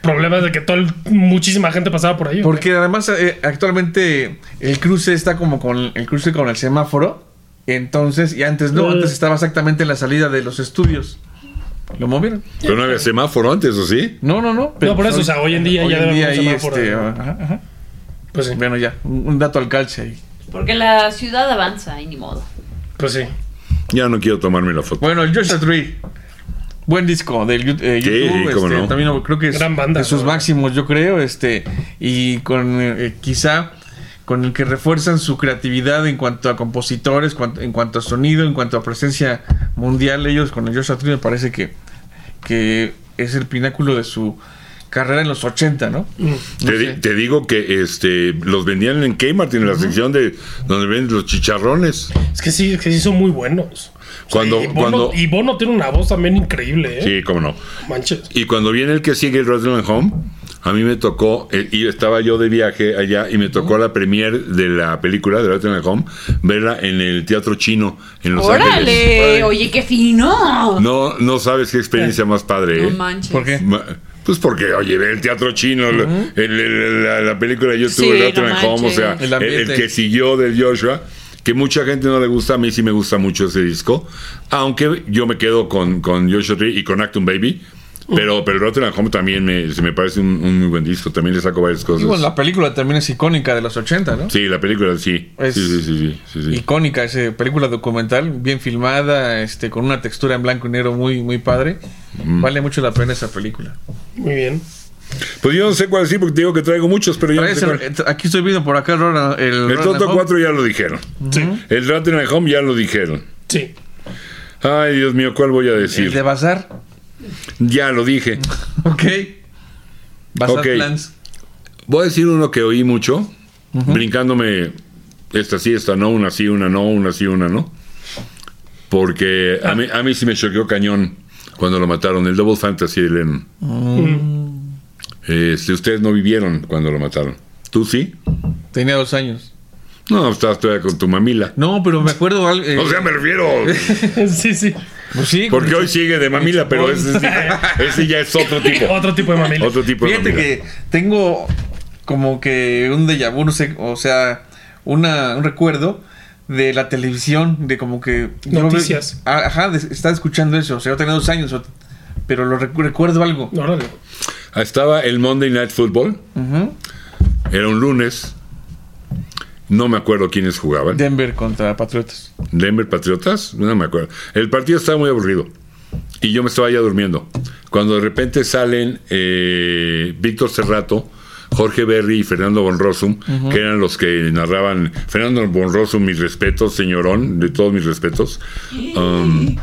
Speaker 4: Problemas de que todo el- muchísima gente pasaba por ahí. ¿o qué?
Speaker 2: Porque además eh, actualmente el cruce está como con el cruce con el semáforo. Entonces, y antes no,
Speaker 4: Eh.
Speaker 2: antes estaba exactamente en la salida de los estudios. Lo movieron.
Speaker 1: Pero no había semáforo antes, ¿o sí?
Speaker 2: No, no, no.
Speaker 4: por eso, o sea, hoy en día ya
Speaker 2: en
Speaker 4: debe
Speaker 2: día
Speaker 4: haber
Speaker 2: ahí,
Speaker 4: un semáforo.
Speaker 2: este, ajá, ajá.
Speaker 4: Pues sí.
Speaker 2: Bueno, ya, un un dato al calce ahí.
Speaker 3: Porque la ciudad avanza, y ni modo.
Speaker 4: Pues sí.
Speaker 1: Ya no quiero tomarme la foto.
Speaker 2: Bueno, el Joshua Tree. Buen disco del Yu- eh,
Speaker 1: Sí,
Speaker 2: YouTube.
Speaker 1: cómo
Speaker 2: este,
Speaker 1: no.
Speaker 2: También creo que es
Speaker 4: Gran banda,
Speaker 2: de sus
Speaker 4: ¿no?
Speaker 2: máximos, yo creo. Este, y con eh, quizá con el que refuerzan su creatividad en cuanto a compositores, cuan- en cuanto a sonido, en cuanto a presencia mundial. Ellos con el Joshua Tree me parece que, que es el pináculo de su carrera en los 80, ¿no?
Speaker 4: Mm.
Speaker 1: Te, di- te digo que este los vendían en Kmart, en la sección de donde venden los chicharrones.
Speaker 4: Es que sí, es que sí son muy buenos. O sea,
Speaker 1: Cuando-
Speaker 4: y, Bono,
Speaker 1: cuando-
Speaker 4: y Bono tiene una voz también increíble, ¿eh?
Speaker 1: Sí, cómo no.
Speaker 4: Manches.
Speaker 1: Y cuando viene el que sigue, el Rattle and Home, a mí me tocó, eh, y estaba yo de viaje allá, y me tocó la premier de la película de Rattle and Home, verla en el Teatro Chino, en Los Ángeles.
Speaker 3: ¡Órale! Oye, qué fino.
Speaker 1: No, no sabes qué experiencia más padre.
Speaker 3: No
Speaker 1: ¿eh?
Speaker 3: manches.
Speaker 2: ¿Por qué?
Speaker 1: Ma- Pues porque, oye, ver el teatro chino, el- el- el- la, la película de YouTube,
Speaker 3: Sí,
Speaker 1: el Rattle
Speaker 3: no
Speaker 1: and Home, o sea,
Speaker 2: manches.
Speaker 1: el,
Speaker 2: El ambiente.
Speaker 1: el que siguió del Joshua, que mucha gente no le gusta, a mí sí me gusta mucho ese disco, aunque yo me quedo con, con Joshua Tree y con Acton Baby, pero, pero el Rattle and Home también me, se me parece un, un muy buen disco, también le saco varias
Speaker 2: Y
Speaker 1: cosas.
Speaker 2: bueno, la película también es icónica de los 80, ¿no?
Speaker 1: Sí, la película sí.
Speaker 2: Es-
Speaker 1: sí, sí, sí, sí, sí, sí.
Speaker 2: icónica esa película documental, bien filmada, este, con una textura en blanco y negro muy, muy padre. Vale mucho la pena esa película.
Speaker 4: Muy bien.
Speaker 1: Pues yo no sé cuál decir porque te digo que traigo muchos, pero yo no
Speaker 2: Traes
Speaker 1: sé
Speaker 2: el-
Speaker 1: cuál.
Speaker 2: eh, aquí estoy viendo por acá Ronald- el,
Speaker 1: El
Speaker 2: Ronald
Speaker 1: Toto
Speaker 2: Hop.
Speaker 1: 4 ya lo dijeron.
Speaker 4: Sí.
Speaker 1: El Rattle and Home ya lo dijeron.
Speaker 4: Sí.
Speaker 1: Ay, Dios mío, ¿cuál voy a
Speaker 2: El
Speaker 1: decir?
Speaker 2: de Bazar.
Speaker 1: Ya lo dije.
Speaker 2: Ok. Bazar
Speaker 1: Ok.
Speaker 2: Plans.
Speaker 1: Voy a decir uno que oí mucho, brincándome esta sí, esta no, una sí, una no, una sí, una no. Porque a, mí, a mí sí me choqueó cañón cuando lo mataron, el em, Double Fantasy de Lennon.
Speaker 2: Mm,
Speaker 1: Este, ustedes no vivieron cuando lo mataron. ¿Tú sí?
Speaker 2: Tenía dos años.
Speaker 1: No, estabas todavía con tu mamila.
Speaker 2: No, pero me acuerdo. al- eh,
Speaker 1: O sea, me refiero.
Speaker 4: sí, sí.
Speaker 2: pues sí,
Speaker 1: Porque
Speaker 2: con-
Speaker 1: hoy sigue de mamila, pero ese, ese ya es otro tipo.
Speaker 4: Otro tipo de mamila.
Speaker 1: Otro tipo de
Speaker 2: Fíjate
Speaker 1: mamila.
Speaker 2: que tengo como que un déjà vu, no sé, o sea, una, un recuerdo de la televisión, de como que... yo
Speaker 4: Noticias.
Speaker 2: ve- a- ah, ajá, de- estaba escuchando eso, o sea, yo tenía dos años, o- pero lo recu- recuerdo algo.
Speaker 4: Órale.
Speaker 1: Ah, Estaba el Monday Night Football.
Speaker 2: Ujú.
Speaker 1: Era un lunes. No me acuerdo quiénes jugaban.
Speaker 2: Denver contra Patriotas.
Speaker 1: Denver Patriotas, no me acuerdo. El partido estaba muy aburrido y yo me estaba ya durmiendo. Cuando de repente salen eh, Víctor Serrato, Jorge Berry y Fernando Bonrosum, que eran los que narraban. Fernando Bonrosum, mis respetos, señorón, de todos mis respetos. Um,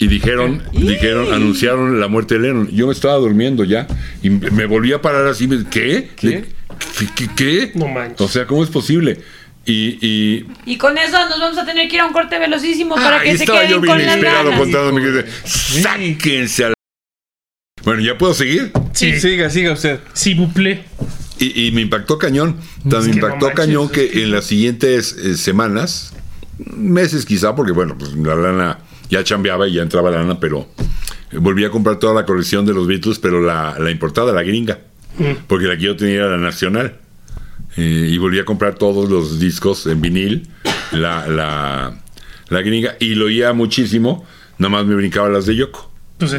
Speaker 1: y dijeron, dijeron, anunciaron la muerte de Lennon. Yo me estaba durmiendo ya y me volví a parar así. me- ¿Qué?
Speaker 2: ¿Qué?
Speaker 1: ¿Qué- qué- qué?
Speaker 4: No manches.
Speaker 1: O sea, ¿cómo es posible? Y, y
Speaker 3: Y con eso nos vamos a tener que ir a un corte velocísimo para
Speaker 1: Ah,
Speaker 3: que
Speaker 1: ahí
Speaker 3: se
Speaker 1: estaba
Speaker 3: queden
Speaker 1: yo bien
Speaker 3: con las
Speaker 1: esperado
Speaker 3: ganas.
Speaker 1: contando mi gente. Sáquense a la... Bueno, ya puedo seguir.
Speaker 4: Sí, sí.
Speaker 2: Siga, siga usted.
Speaker 4: buple.
Speaker 1: Y, y me impactó cañón. Tan
Speaker 4: Es
Speaker 1: me
Speaker 4: que no
Speaker 1: impactó
Speaker 4: manches,
Speaker 1: cañón
Speaker 4: es
Speaker 1: que, en las siguientes eh, semanas, meses quizá, porque bueno, pues la lana ya chambeaba y ya entraba lana, pero eh, volví a comprar toda la colección de los Beatles, pero la, la importada, la gringa.
Speaker 4: Mm,
Speaker 1: Porque la que yo tenía era la nacional. Eh, y volví a comprar todos los discos en vinil, la, la, la gringa, y lo oía muchísimo. Nada más me brincaba las de Yoko.
Speaker 4: Pues sí.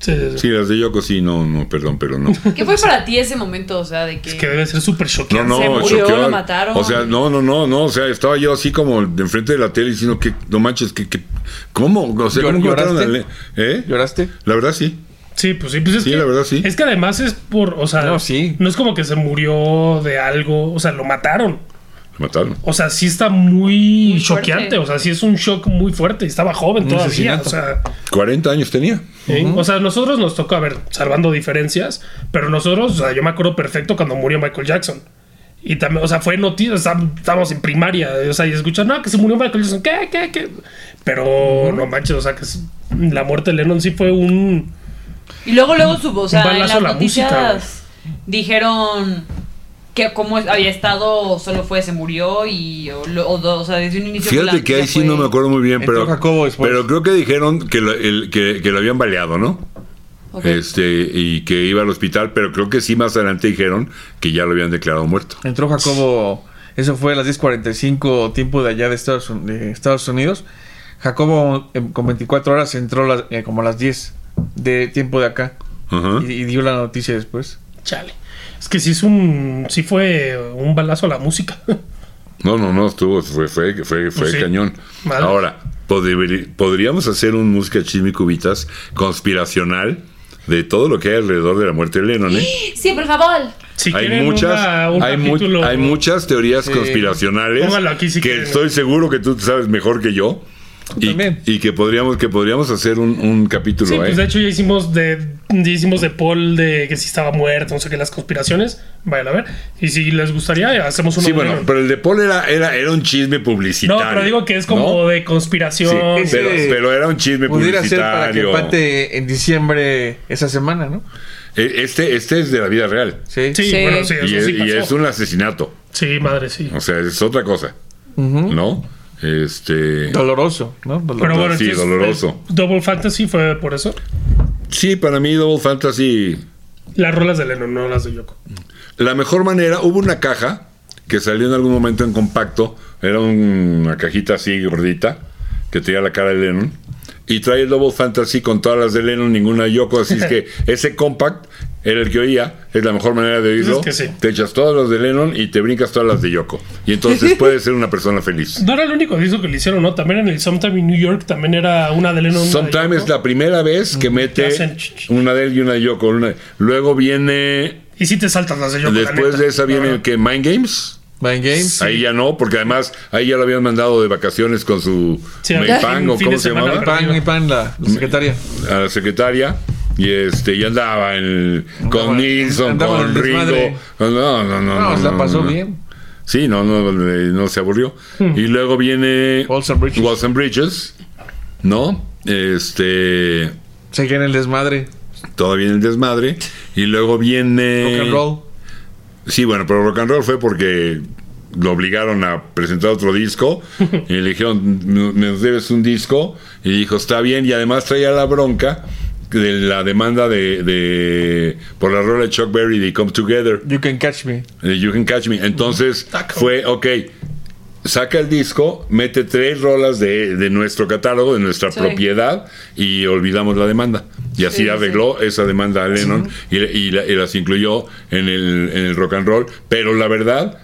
Speaker 4: Sí, sí, sí.
Speaker 1: Sí, las de Yoko, sí, no, no, perdón, pero no.
Speaker 5: ¿Qué fue para ti ese momento? O sea, de que.
Speaker 4: Es que debe ser súper
Speaker 1: No,
Speaker 4: choqueante.
Speaker 1: no,
Speaker 5: Se murió,
Speaker 1: choqueó.
Speaker 5: lo mataron.
Speaker 1: O sea, no, no, no, no. O sea, estaba yo así como de enfrente de la tele diciendo que no manches, que, que ¿cómo? O sea,
Speaker 2: ¿Llor-
Speaker 1: ¿cómo mataron a
Speaker 2: lloraste?
Speaker 1: Le- ¿Eh?
Speaker 2: ¿Lloraste?
Speaker 1: La verdad sí.
Speaker 4: Sí, pues sí, pues es
Speaker 1: Sí,
Speaker 4: que,
Speaker 1: la verdad, sí.
Speaker 4: Es que además es por, o sea,
Speaker 2: No, sí.
Speaker 4: no es como que se murió de algo, o sea, lo mataron.
Speaker 1: Lo mataron.
Speaker 4: O sea, sí está muy
Speaker 5: Muy fuerte.
Speaker 4: choqueante, o sea, sí es un shock muy fuerte, estaba joven
Speaker 2: Un
Speaker 4: todavía,
Speaker 2: asesinato.
Speaker 4: o sea,
Speaker 1: 40 años tenía.
Speaker 4: ¿eh? o sea, nosotros nos tocó, a ver, salvando diferencias, pero nosotros, o sea, yo me acuerdo perfecto cuando murió Michael Jackson. Y también, o sea, fue noticia, o sea, estábamos en primaria, o sea, y escuchan, no, que se murió Michael Jackson, ¿qué, qué, qué? Pero no manches, o sea, que es- la muerte de Lennon sí fue un...
Speaker 3: Y luego, luego subo, o sea,
Speaker 4: Un
Speaker 3: en las
Speaker 4: balazo a la
Speaker 3: noticias
Speaker 4: música,
Speaker 3: dijeron que cómo es- había estado, solo fue, se murió y, o, lo- o do- o sea, desde un inicio.
Speaker 1: Fíjate
Speaker 3: la-
Speaker 1: que ahí
Speaker 3: ya
Speaker 1: sí
Speaker 3: fue-
Speaker 1: no me acuerdo muy bien,
Speaker 2: Entró
Speaker 1: pero,
Speaker 2: Jacobo después.
Speaker 1: pero creo que dijeron que lo, el- que, que lo habían baleado, ¿no?
Speaker 5: Ok.
Speaker 1: Este, y que iba al hospital, pero creo que sí más adelante dijeron que ya lo habían declarado muerto.
Speaker 2: Entró Jacobo, eso fue a las 10.45 tiempo de allá de Estados, Un- de Estados Unidos. Jacobo em, con 24 horas entró las- eh, como a las 10 de tiempo de acá
Speaker 1: Ajá.
Speaker 2: y, y dio la noticia después.
Speaker 4: Chale. Es que sí es un. sí fue un balazo a la música.
Speaker 1: No, no, no, estuvo, fue, fue, fue,
Speaker 2: Pues
Speaker 1: fue
Speaker 4: sí.
Speaker 1: cañón.
Speaker 4: Madre.
Speaker 1: Ahora, podri- podríamos hacer un música chisme y cubitas conspiracional de todo lo que hay alrededor de la muerte de Lennon, ¿eh?
Speaker 5: Sí, por favor.
Speaker 4: Si
Speaker 1: hay
Speaker 4: quieren
Speaker 1: muchas,
Speaker 4: una- un
Speaker 1: hay, mu-
Speaker 4: capítulo-
Speaker 1: hay muchas teorías
Speaker 2: Sí.
Speaker 1: conspiracionales
Speaker 4: Póngalo aquí si
Speaker 1: que
Speaker 4: quieren.
Speaker 1: estoy seguro que tú sabes mejor que yo. Y,
Speaker 2: también.
Speaker 1: y que podríamos, que podríamos hacer un, un capítulo,
Speaker 4: Sí,
Speaker 1: ¿eh?
Speaker 4: pues de hecho ya hicimos de. ya hicimos de Paul de que si estaba muerto, no sé qué, las conspiraciones. Vayan a ver. Y si les gustaría, hacemos uno
Speaker 1: Sí,
Speaker 4: de
Speaker 1: bueno,
Speaker 4: Lennon.
Speaker 1: pero el de Paul era, era, era un chisme
Speaker 4: No,
Speaker 1: publicitario.
Speaker 4: pero digo que es como
Speaker 1: ¿no?
Speaker 4: de
Speaker 1: Sí,
Speaker 4: conspiración.
Speaker 1: pero,
Speaker 2: Ese
Speaker 1: pero era un chisme
Speaker 2: Pudiera ser para que
Speaker 1: publicitario.
Speaker 2: empate en diciembre esa semana, ¿no?
Speaker 1: E- Este, este es de la vida real.
Speaker 2: Sí.
Speaker 4: Sí,
Speaker 5: Sí.
Speaker 4: bueno, sí, eso
Speaker 1: Y es,
Speaker 4: sí
Speaker 1: y
Speaker 4: pasó.
Speaker 1: es un Ah, asesinato.
Speaker 4: Sí, madre, sí.
Speaker 1: O sea, es otra cosa, ¿no? Este.
Speaker 2: Doloroso, ¿no? Doloroso.
Speaker 4: Pero bueno,
Speaker 1: sí,
Speaker 4: entonces,
Speaker 1: doloroso.
Speaker 4: el Double Fantasy fue por eso.
Speaker 1: Sí, para mí Double Fantasy.
Speaker 4: Las rolas de Lennon, no las de Yoko.
Speaker 1: La mejor manera, hubo una caja que salió en algún momento en compacto. Era un- una cajita así gordita que tenía la cara de Lennon. Y trae el Double Fantasy con todas las de Lennon, ninguna Yoko. Así es que ese compact era el que oía. Es la mejor manera de oírlo.
Speaker 4: Pues es que sí.
Speaker 1: Te echas todas las de Lennon y te brincas todas las de Yoko. Y entonces puedes ser una persona feliz.
Speaker 4: No era el único disco que le hicieron, ¿no? También en el Sometime in New York también era una de Lennon. una de
Speaker 1: Sometimes es
Speaker 4: Yoko. Mm,
Speaker 1: la primera vez que mete
Speaker 4: hacen ch- ch-
Speaker 1: una de él y una de yo con una. Luego viene.
Speaker 4: Y si te saltas las de Yoko. la
Speaker 1: después
Speaker 4: neta.
Speaker 1: de esa viene
Speaker 4: Ajá.
Speaker 1: que Mind Games.
Speaker 2: Mind Games.
Speaker 1: Ahí ya no, porque además ahí ya lo habían mandado de vacaciones con su
Speaker 4: Sí,
Speaker 1: May
Speaker 4: ya.
Speaker 1: Pang o
Speaker 4: Fin
Speaker 1: cómo
Speaker 4: de
Speaker 1: se
Speaker 4: semana,
Speaker 1: llamaba
Speaker 2: Pan y pan, la, la secretaria.
Speaker 1: a la secretaria. Y este, ya andaba en- con
Speaker 2: Andaba-
Speaker 1: Nilsson,
Speaker 2: andaba
Speaker 1: con
Speaker 2: en el
Speaker 1: Ringo.
Speaker 2: desmadre.
Speaker 1: No, no, no.
Speaker 2: No,
Speaker 1: no,
Speaker 2: se la
Speaker 1: no,
Speaker 2: pasó
Speaker 1: no.
Speaker 2: bien.
Speaker 1: Sí, no, no, eh, no se aburrió. Y luego viene
Speaker 2: Walls and Bridges.
Speaker 1: Walls and Bridges, ¿no? Este.
Speaker 2: Seguía en el desmadre.
Speaker 1: Todo viene el desmadre. Y luego viene.
Speaker 2: Rock and roll.
Speaker 1: Sí, bueno, pero rock and roll fue porque lo obligaron a presentar otro disco y le dijeron, "No- nos debes un disco y dijo, está bien y además traía la bronca de la demanda de, de- por la rola de Chuck Berry de Come Together,
Speaker 2: You can catch me.
Speaker 1: de Eh, You Can Catch Me. Entonces
Speaker 4: Mm. Taco.
Speaker 1: fue, ok, saca el disco, mete tres rolas de, de nuestro catálogo, de nuestra
Speaker 5: Sí.
Speaker 1: propiedad y olvidamos la demanda. Y así
Speaker 5: Sí, sí,
Speaker 1: arregló esa demanda a Lennon y, y la- y las incluyó en el, en el rock and roll. Pero la verdad,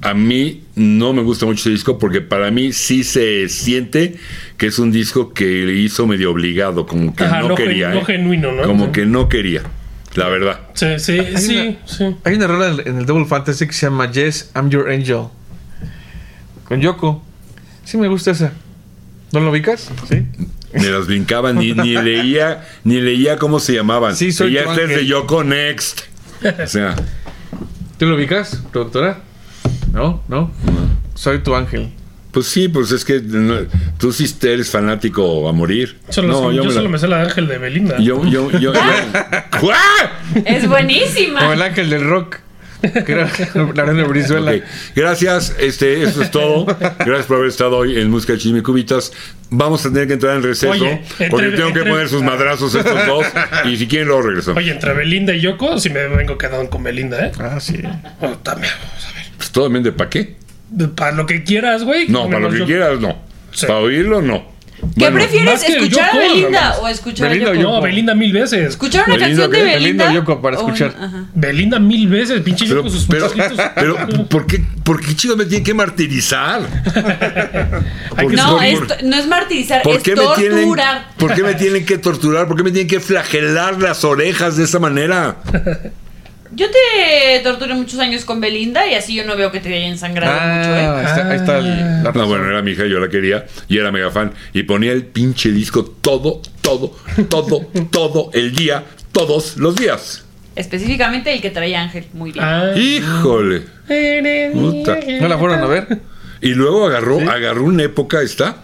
Speaker 1: a mí no me gusta mucho ese disco porque para mí sí se siente que es un disco que hizo medio obligado, como que
Speaker 4: Ajá,
Speaker 1: no,
Speaker 4: no gen-
Speaker 1: quería.
Speaker 4: no
Speaker 1: ¿eh?
Speaker 4: genuino, ¿no?
Speaker 1: Como
Speaker 4: Sí.
Speaker 1: que no quería, la verdad.
Speaker 4: Sí, sí,
Speaker 2: Hay
Speaker 4: sí,
Speaker 2: una-
Speaker 4: sí.
Speaker 2: Hay una rola en- en el Double Fantasy que se llama Yes, I'm Your Angel. Con Yoko. Sí me gusta esa. ¿No lo ubicas? Sí.
Speaker 1: Me las brincaba, ni, ni leía, ni leía cómo se llamaban.
Speaker 2: Sí, soy
Speaker 1: y ya
Speaker 2: tu
Speaker 1: este es de
Speaker 2: ángel.
Speaker 1: Yoko Next. O sea,
Speaker 2: ¿Tú lo ubicas, productora? No, no. Soy tu ángel.
Speaker 1: pues sí, pues es que no, tú sí te eres fanático a morir.
Speaker 4: Solo
Speaker 1: no,
Speaker 4: sé- yo
Speaker 1: me la-
Speaker 4: solo me sé la de Ángel de Belinda.
Speaker 1: yo, yo, yo, yo- ¡Ah!
Speaker 5: Es
Speaker 2: Como el
Speaker 5: buenísima.
Speaker 2: ángel del rock. Que era la reina de Brizuela.
Speaker 1: Ok, Gracias, este, eso es todo. Gracias por haber estado hoy en Música Chisme y Cubitas. Vamos a tener que entrar en receso
Speaker 4: Oye, entre-
Speaker 1: porque tengo que
Speaker 4: entre-
Speaker 1: poner sus madrazos estos dos. Y si quieren, luego regreso.
Speaker 4: Oye, entre Belinda y Yoko, si me vengo quedando con Belinda, ¿eh?
Speaker 2: Ah, sí.
Speaker 4: Oh, también, vamos a ver.
Speaker 1: Pues, todo bien de pa' qué.
Speaker 4: Para lo que quieras, güey.
Speaker 1: No, para lo
Speaker 4: menos
Speaker 1: que
Speaker 4: Yoko.
Speaker 1: quieras, no.
Speaker 4: Sí.
Speaker 1: Para oírlo, no.
Speaker 3: ¿Qué
Speaker 1: Bueno,
Speaker 4: más
Speaker 3: prefieres?
Speaker 4: que
Speaker 3: ¿Escuchar
Speaker 4: Yoko,
Speaker 3: a Belinda
Speaker 4: nada
Speaker 3: o escuchar
Speaker 2: Belinda
Speaker 3: a
Speaker 2: o
Speaker 3: Yoko?
Speaker 4: No, Belinda mil veces.
Speaker 3: ¿Escuchar una
Speaker 1: ¿Belinda
Speaker 3: canción
Speaker 1: qué?
Speaker 3: de
Speaker 2: Belinda
Speaker 3: Belinda?
Speaker 2: o Yoko para
Speaker 3: O una-
Speaker 2: escuchar.
Speaker 3: ajá.
Speaker 4: Belinda mil veces, pinche Yoko
Speaker 1: Pero,
Speaker 4: con sus
Speaker 1: pero,
Speaker 4: muchachitos.
Speaker 1: pero, ¿por qué, por qué chido me tienen que martirizar?
Speaker 4: Hay
Speaker 1: Por-
Speaker 4: que
Speaker 3: No,
Speaker 1: por-
Speaker 3: es to- no es martirizar,
Speaker 1: ¿Por
Speaker 3: es
Speaker 1: qué, me tienen,
Speaker 3: torturar.
Speaker 1: ¿Por qué me tienen que torturar? ¿Por qué me tienen que flagelar las orejas de esa manera?
Speaker 3: Yo te torturé muchos años con Belinda y así yo no veo que te haya ensangrado mucho, ¿eh?
Speaker 2: Ah, ahí está, ahí está el- la
Speaker 1: No,
Speaker 2: razón.
Speaker 1: bueno, era mi hija, yo la quería y era mega fan. Y ponía el pinche disco todo, todo, todo, todo el día, todos los días.
Speaker 3: Específicamente el que traía Ángel, muy bien.
Speaker 4: Ah.
Speaker 1: ¡Híjole! Puta.
Speaker 2: ¿No la fueron a ver?
Speaker 1: Y luego agarró, agarró una época esta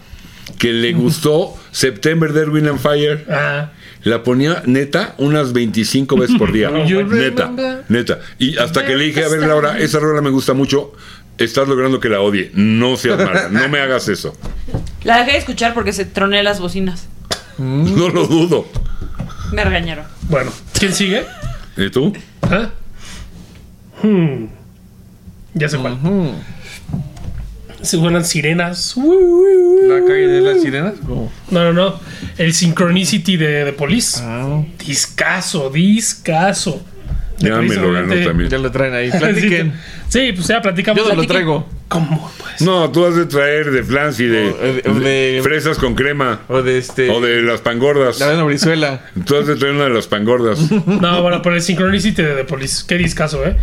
Speaker 1: que le gustó September de Erwin and Fire.
Speaker 4: Ah,
Speaker 1: La ponía neta unas 25 veces por día.
Speaker 4: You
Speaker 1: neta,
Speaker 2: remember?
Speaker 1: neta. Y hasta que le dije, a ver Laura, esa rola me gusta mucho, estás logrando que la odie. No seas mala, no me hagas eso.
Speaker 3: La dejé de escuchar porque se troné las bocinas.
Speaker 1: No lo dudo.
Speaker 3: Me regañaron.
Speaker 4: bueno. ¿Quién sigue?
Speaker 1: ¿Y tú?
Speaker 4: ¿Ah? Hmm. Ya sé cuál.
Speaker 2: Ujú.
Speaker 4: Se juegan sirenas. Uy, uy, uy.
Speaker 2: ¿La calle de las sirenas?
Speaker 4: No, no, no. El Synchronicity de, de Police.
Speaker 2: Ah,
Speaker 4: Discaso, discaso. De
Speaker 1: Ya me
Speaker 4: Police,
Speaker 1: lo ganó
Speaker 4: obviamente.
Speaker 1: también.
Speaker 2: ya lo traen ahí.
Speaker 4: Sí,
Speaker 2: Platiquen.
Speaker 4: sí, pues ya platicamos.
Speaker 2: Yo no lo
Speaker 4: Platiquen.
Speaker 2: traigo.
Speaker 4: ¿Cómo? Pues.
Speaker 1: No, tú has de traer de flans y de,
Speaker 2: O- eh, de-
Speaker 1: de fresas con crema.
Speaker 2: O de este.
Speaker 1: O de las pangordas.
Speaker 2: La de Brizuela.
Speaker 1: Tú has de traer una de las pangordas.
Speaker 4: No, bueno, por el Synchronicity de The Police. Qué discaso, ¿eh?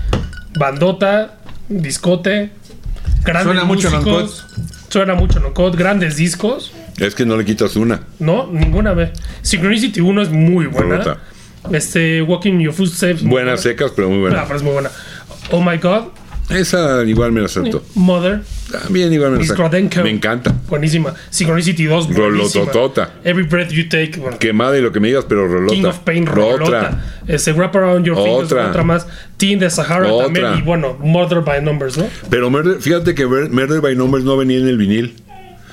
Speaker 4: Bandota, discote, grandes
Speaker 2: Suena mucho
Speaker 4: músicos. Suena mucho Loncot, grandes discos.
Speaker 1: Es que no le quitas una.
Speaker 4: No, ninguna vez. Synchronicity 1 es muy buena.
Speaker 1: Bruta.
Speaker 4: Este, Walking Your Footsteps.
Speaker 1: Buenas secas, pero muy
Speaker 4: La
Speaker 1: buena.
Speaker 4: frase es muy buena. Oh my God,
Speaker 1: Esa igual me la acepto.
Speaker 4: Mother,
Speaker 1: También igual me la acepto.
Speaker 4: Discodenco.
Speaker 1: Me encanta.
Speaker 4: buenísima. Synchronicity 2, buenísima.
Speaker 1: Rolototota.
Speaker 4: Every Breath You Take, bueno,
Speaker 1: Quemada y lo que me digas, pero rolota.
Speaker 4: King of Pain,
Speaker 1: Otra.
Speaker 4: Rolota. Este, Wrap Around Your Fingers,
Speaker 1: Otra.
Speaker 4: otra, más. Teen de Sahara
Speaker 1: Otra.
Speaker 4: también. Y bueno, Murder by Numbers, ¿no?
Speaker 1: Pero Murder- fíjate que Mur- Murder by Numbers no venía en el vinil.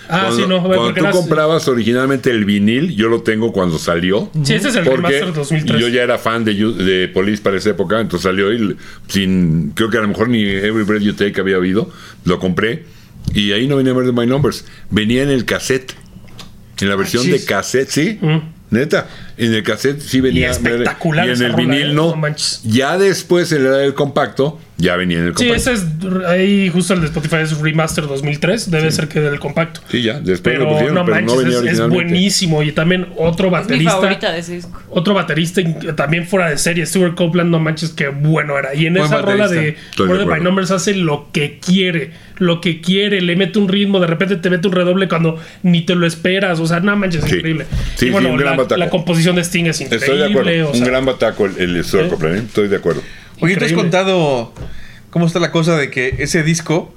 Speaker 4: Ah,
Speaker 1: cuando
Speaker 4: sí, no. güey,
Speaker 1: cuando
Speaker 4: porque
Speaker 1: tú
Speaker 4: eras-
Speaker 1: comprabas originalmente el vinil, yo lo tengo cuando salió.
Speaker 4: Sí, ese es el
Speaker 1: Porque
Speaker 4: remaster 2003.
Speaker 1: yo ya era fan de, You- de Police para esa época, entonces salió y l- sin, creo que a lo mejor ni Every Breath You Take había habido, lo compré y ahí no venía Murder by Numbers, venía en el cassette, en la versión de
Speaker 2: chis.
Speaker 1: cassette, sí,
Speaker 4: Mm.
Speaker 1: neta, en el cassette sí venía Murder-
Speaker 4: espectacular
Speaker 1: y en
Speaker 4: esa
Speaker 1: el
Speaker 4: rola,
Speaker 1: vinil
Speaker 4: ¿eh?
Speaker 1: no,
Speaker 4: No manches.
Speaker 1: ya después en la edad del compacto ya venía en el
Speaker 4: Sí,
Speaker 1: compacto.
Speaker 4: ese es. Ahí justo el de Spotify es Remaster 2003. Debe ser que del compacto.
Speaker 1: pues Sí, ya, después
Speaker 4: Pero
Speaker 1: lo pusieron,
Speaker 4: no
Speaker 1: pero
Speaker 4: manches,
Speaker 1: no venía
Speaker 4: es- es,
Speaker 1: originalmente.
Speaker 4: buenísimo. Y también otro
Speaker 3: Es mi favorita
Speaker 4: baterista.
Speaker 3: de ese disco.
Speaker 4: Otro baterista in- también fuera de serie, Stuart Copeland, no manches, qué bueno era. Y en
Speaker 2: Buen
Speaker 4: esa rola
Speaker 2: baterista.
Speaker 4: de
Speaker 1: Estoy de
Speaker 4: Murder by
Speaker 1: acuerdo.
Speaker 4: Numbers hace lo que quiere, lo que quiere, le mete un ritmo, de repente te mete un redoble cuando ni te lo esperas. O sea, no manches, es
Speaker 1: Sí.
Speaker 4: increíble.
Speaker 1: Sí,
Speaker 4: y
Speaker 1: sí,
Speaker 4: bueno,
Speaker 1: un gran
Speaker 4: la,
Speaker 1: bataco.
Speaker 4: la composición de Sting es increíble.
Speaker 1: Estoy de acuerdo.
Speaker 4: o
Speaker 1: un
Speaker 4: sea,
Speaker 1: gran bataco el, el Stuart Copeland, ¿eh? Estoy de acuerdo.
Speaker 2: Oye, ¿tú has
Speaker 4: Increíble.
Speaker 2: contado cómo está la cosa de que ese disco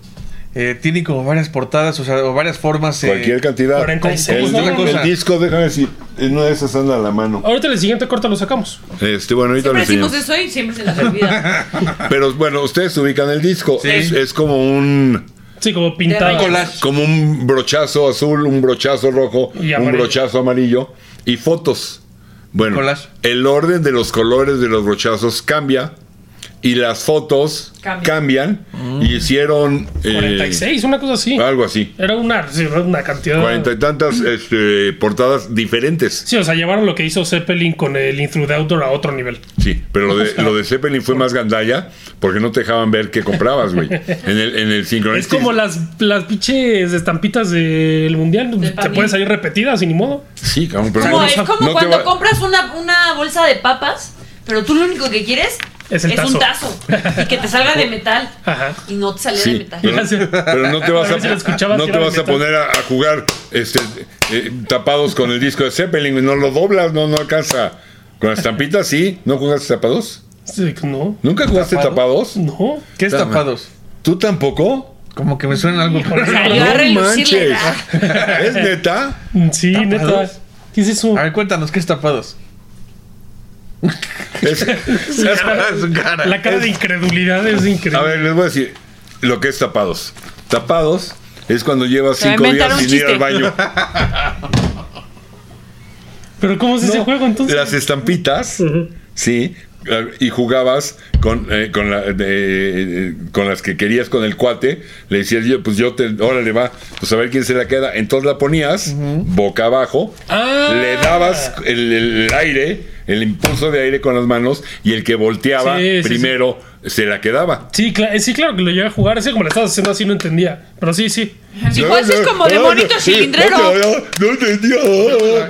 Speaker 2: eh, tiene como varias portadas, o sea, o varias formas. eh,
Speaker 6: Cualquier cantidad.
Speaker 4: 46,
Speaker 6: el,
Speaker 4: ¿no?
Speaker 6: el
Speaker 2: Otra cosa.
Speaker 6: disco, déjame decir, en una de esas anda a la mano.
Speaker 4: Ahorita en el siguiente corte lo sacamos.
Speaker 1: Este, bueno, ahorita lo
Speaker 3: Siempre decimos
Speaker 1: enseñamos.
Speaker 3: eso y siempre se las olvida.
Speaker 1: Pero bueno, ustedes ubican el disco. Es, es como un
Speaker 4: Sí, como pintado.
Speaker 2: collage.
Speaker 1: como un brochazo azul, un brochazo rojo,
Speaker 4: Y
Speaker 1: un
Speaker 4: amarillo.
Speaker 1: brochazo amarillo y fotos. Bueno,
Speaker 2: Collage.
Speaker 1: el orden de los colores de los brochazos cambia y las fotos
Speaker 3: Cambia.
Speaker 1: cambian
Speaker 4: Mm.
Speaker 1: y hicieron eh,
Speaker 4: 46, una cosa así.
Speaker 1: algo así.
Speaker 4: Era una, sí, era una cantidad.
Speaker 1: Cuarenta y tantas este, portadas diferentes.
Speaker 4: Sí, o sea, llevaron lo que hizo Zeppelin con el Intrude Outdoor a otro nivel.
Speaker 1: Sí, pero lo de, lo de Zeppelin fue más gandalla porque no te dejaban ver qué comprabas, güey. En el, en el
Speaker 4: Es como las, las pinches estampitas del mundial. pues,
Speaker 3: Del
Speaker 4: Te
Speaker 3: Pablo.
Speaker 4: pueden salir repetidas y ni modo.
Speaker 1: Sí, cabrón, pero
Speaker 3: Como,
Speaker 1: no-
Speaker 3: es como
Speaker 1: no te
Speaker 3: cuando
Speaker 1: va-
Speaker 3: compras una, una bolsa de papas, pero tú lo único que quieres
Speaker 4: Es el
Speaker 3: un tazo y que te salga de metal
Speaker 4: Ajá.
Speaker 3: y no te salió de
Speaker 1: Sí,
Speaker 3: metal.
Speaker 1: pero,
Speaker 4: Gracias.
Speaker 1: pero no te vas
Speaker 4: A ver si lo
Speaker 1: a,
Speaker 4: escuchabas,
Speaker 1: no
Speaker 4: si
Speaker 1: te
Speaker 4: era
Speaker 1: vas a
Speaker 4: metal.
Speaker 1: poner a, a jugar este, eh, tapados con el disco de Zeppelin, no lo doblas, no, no alcanza. Con las estampitas, sí, ¿no jugaste tapados?
Speaker 4: Sí, no.
Speaker 1: ¿Nunca jugaste tapados?
Speaker 4: No.
Speaker 2: ¿Qué es
Speaker 1: Dame.
Speaker 2: tapados?
Speaker 1: ¿Tú tampoco?
Speaker 2: Como que me suena algo.
Speaker 3: Salió a ah. relucir
Speaker 1: manches.
Speaker 3: la edad.
Speaker 1: ¿Es neta?
Speaker 4: Sí, neta.
Speaker 2: ¿Tapados?
Speaker 4: ¿Qué es eso?
Speaker 2: A ver, cuéntanos, ¿qué es tapados?
Speaker 1: Es- es-
Speaker 4: La cara de incredulidad es increíble.
Speaker 1: a ver, les voy a decir lo que es tapados. Tapados es cuando llevas
Speaker 5: Se va a
Speaker 1: cinco
Speaker 5: inventar
Speaker 1: días
Speaker 5: un
Speaker 1: sin ir
Speaker 5: chiste.
Speaker 1: al baño.
Speaker 4: Pero ¿cómo es ese juego entonces?
Speaker 1: Las estampitas. Sí, claro, y jugabas con, eh, con, la- de- con las que querías con el cuate, le decías yo, pues yo te, órale va, pues a ver quién se la queda. Entonces la ponías boca abajo,
Speaker 4: Ah.
Speaker 1: le dabas el, el aire, el impulso de aire con las manos, y el que volteaba
Speaker 4: Sí, sí,
Speaker 1: primero se la quedaba.
Speaker 4: Sí, cla- eh, sí, claro que lo llegué a jugar. Así como lo estabas haciendo así, no entendía. Pero sí, sí.
Speaker 5: Igual
Speaker 3: pues,
Speaker 5: sí es como de
Speaker 1: No,
Speaker 5: monito
Speaker 1: no, sí,
Speaker 5: cilindrero.
Speaker 1: No, no, no entendía.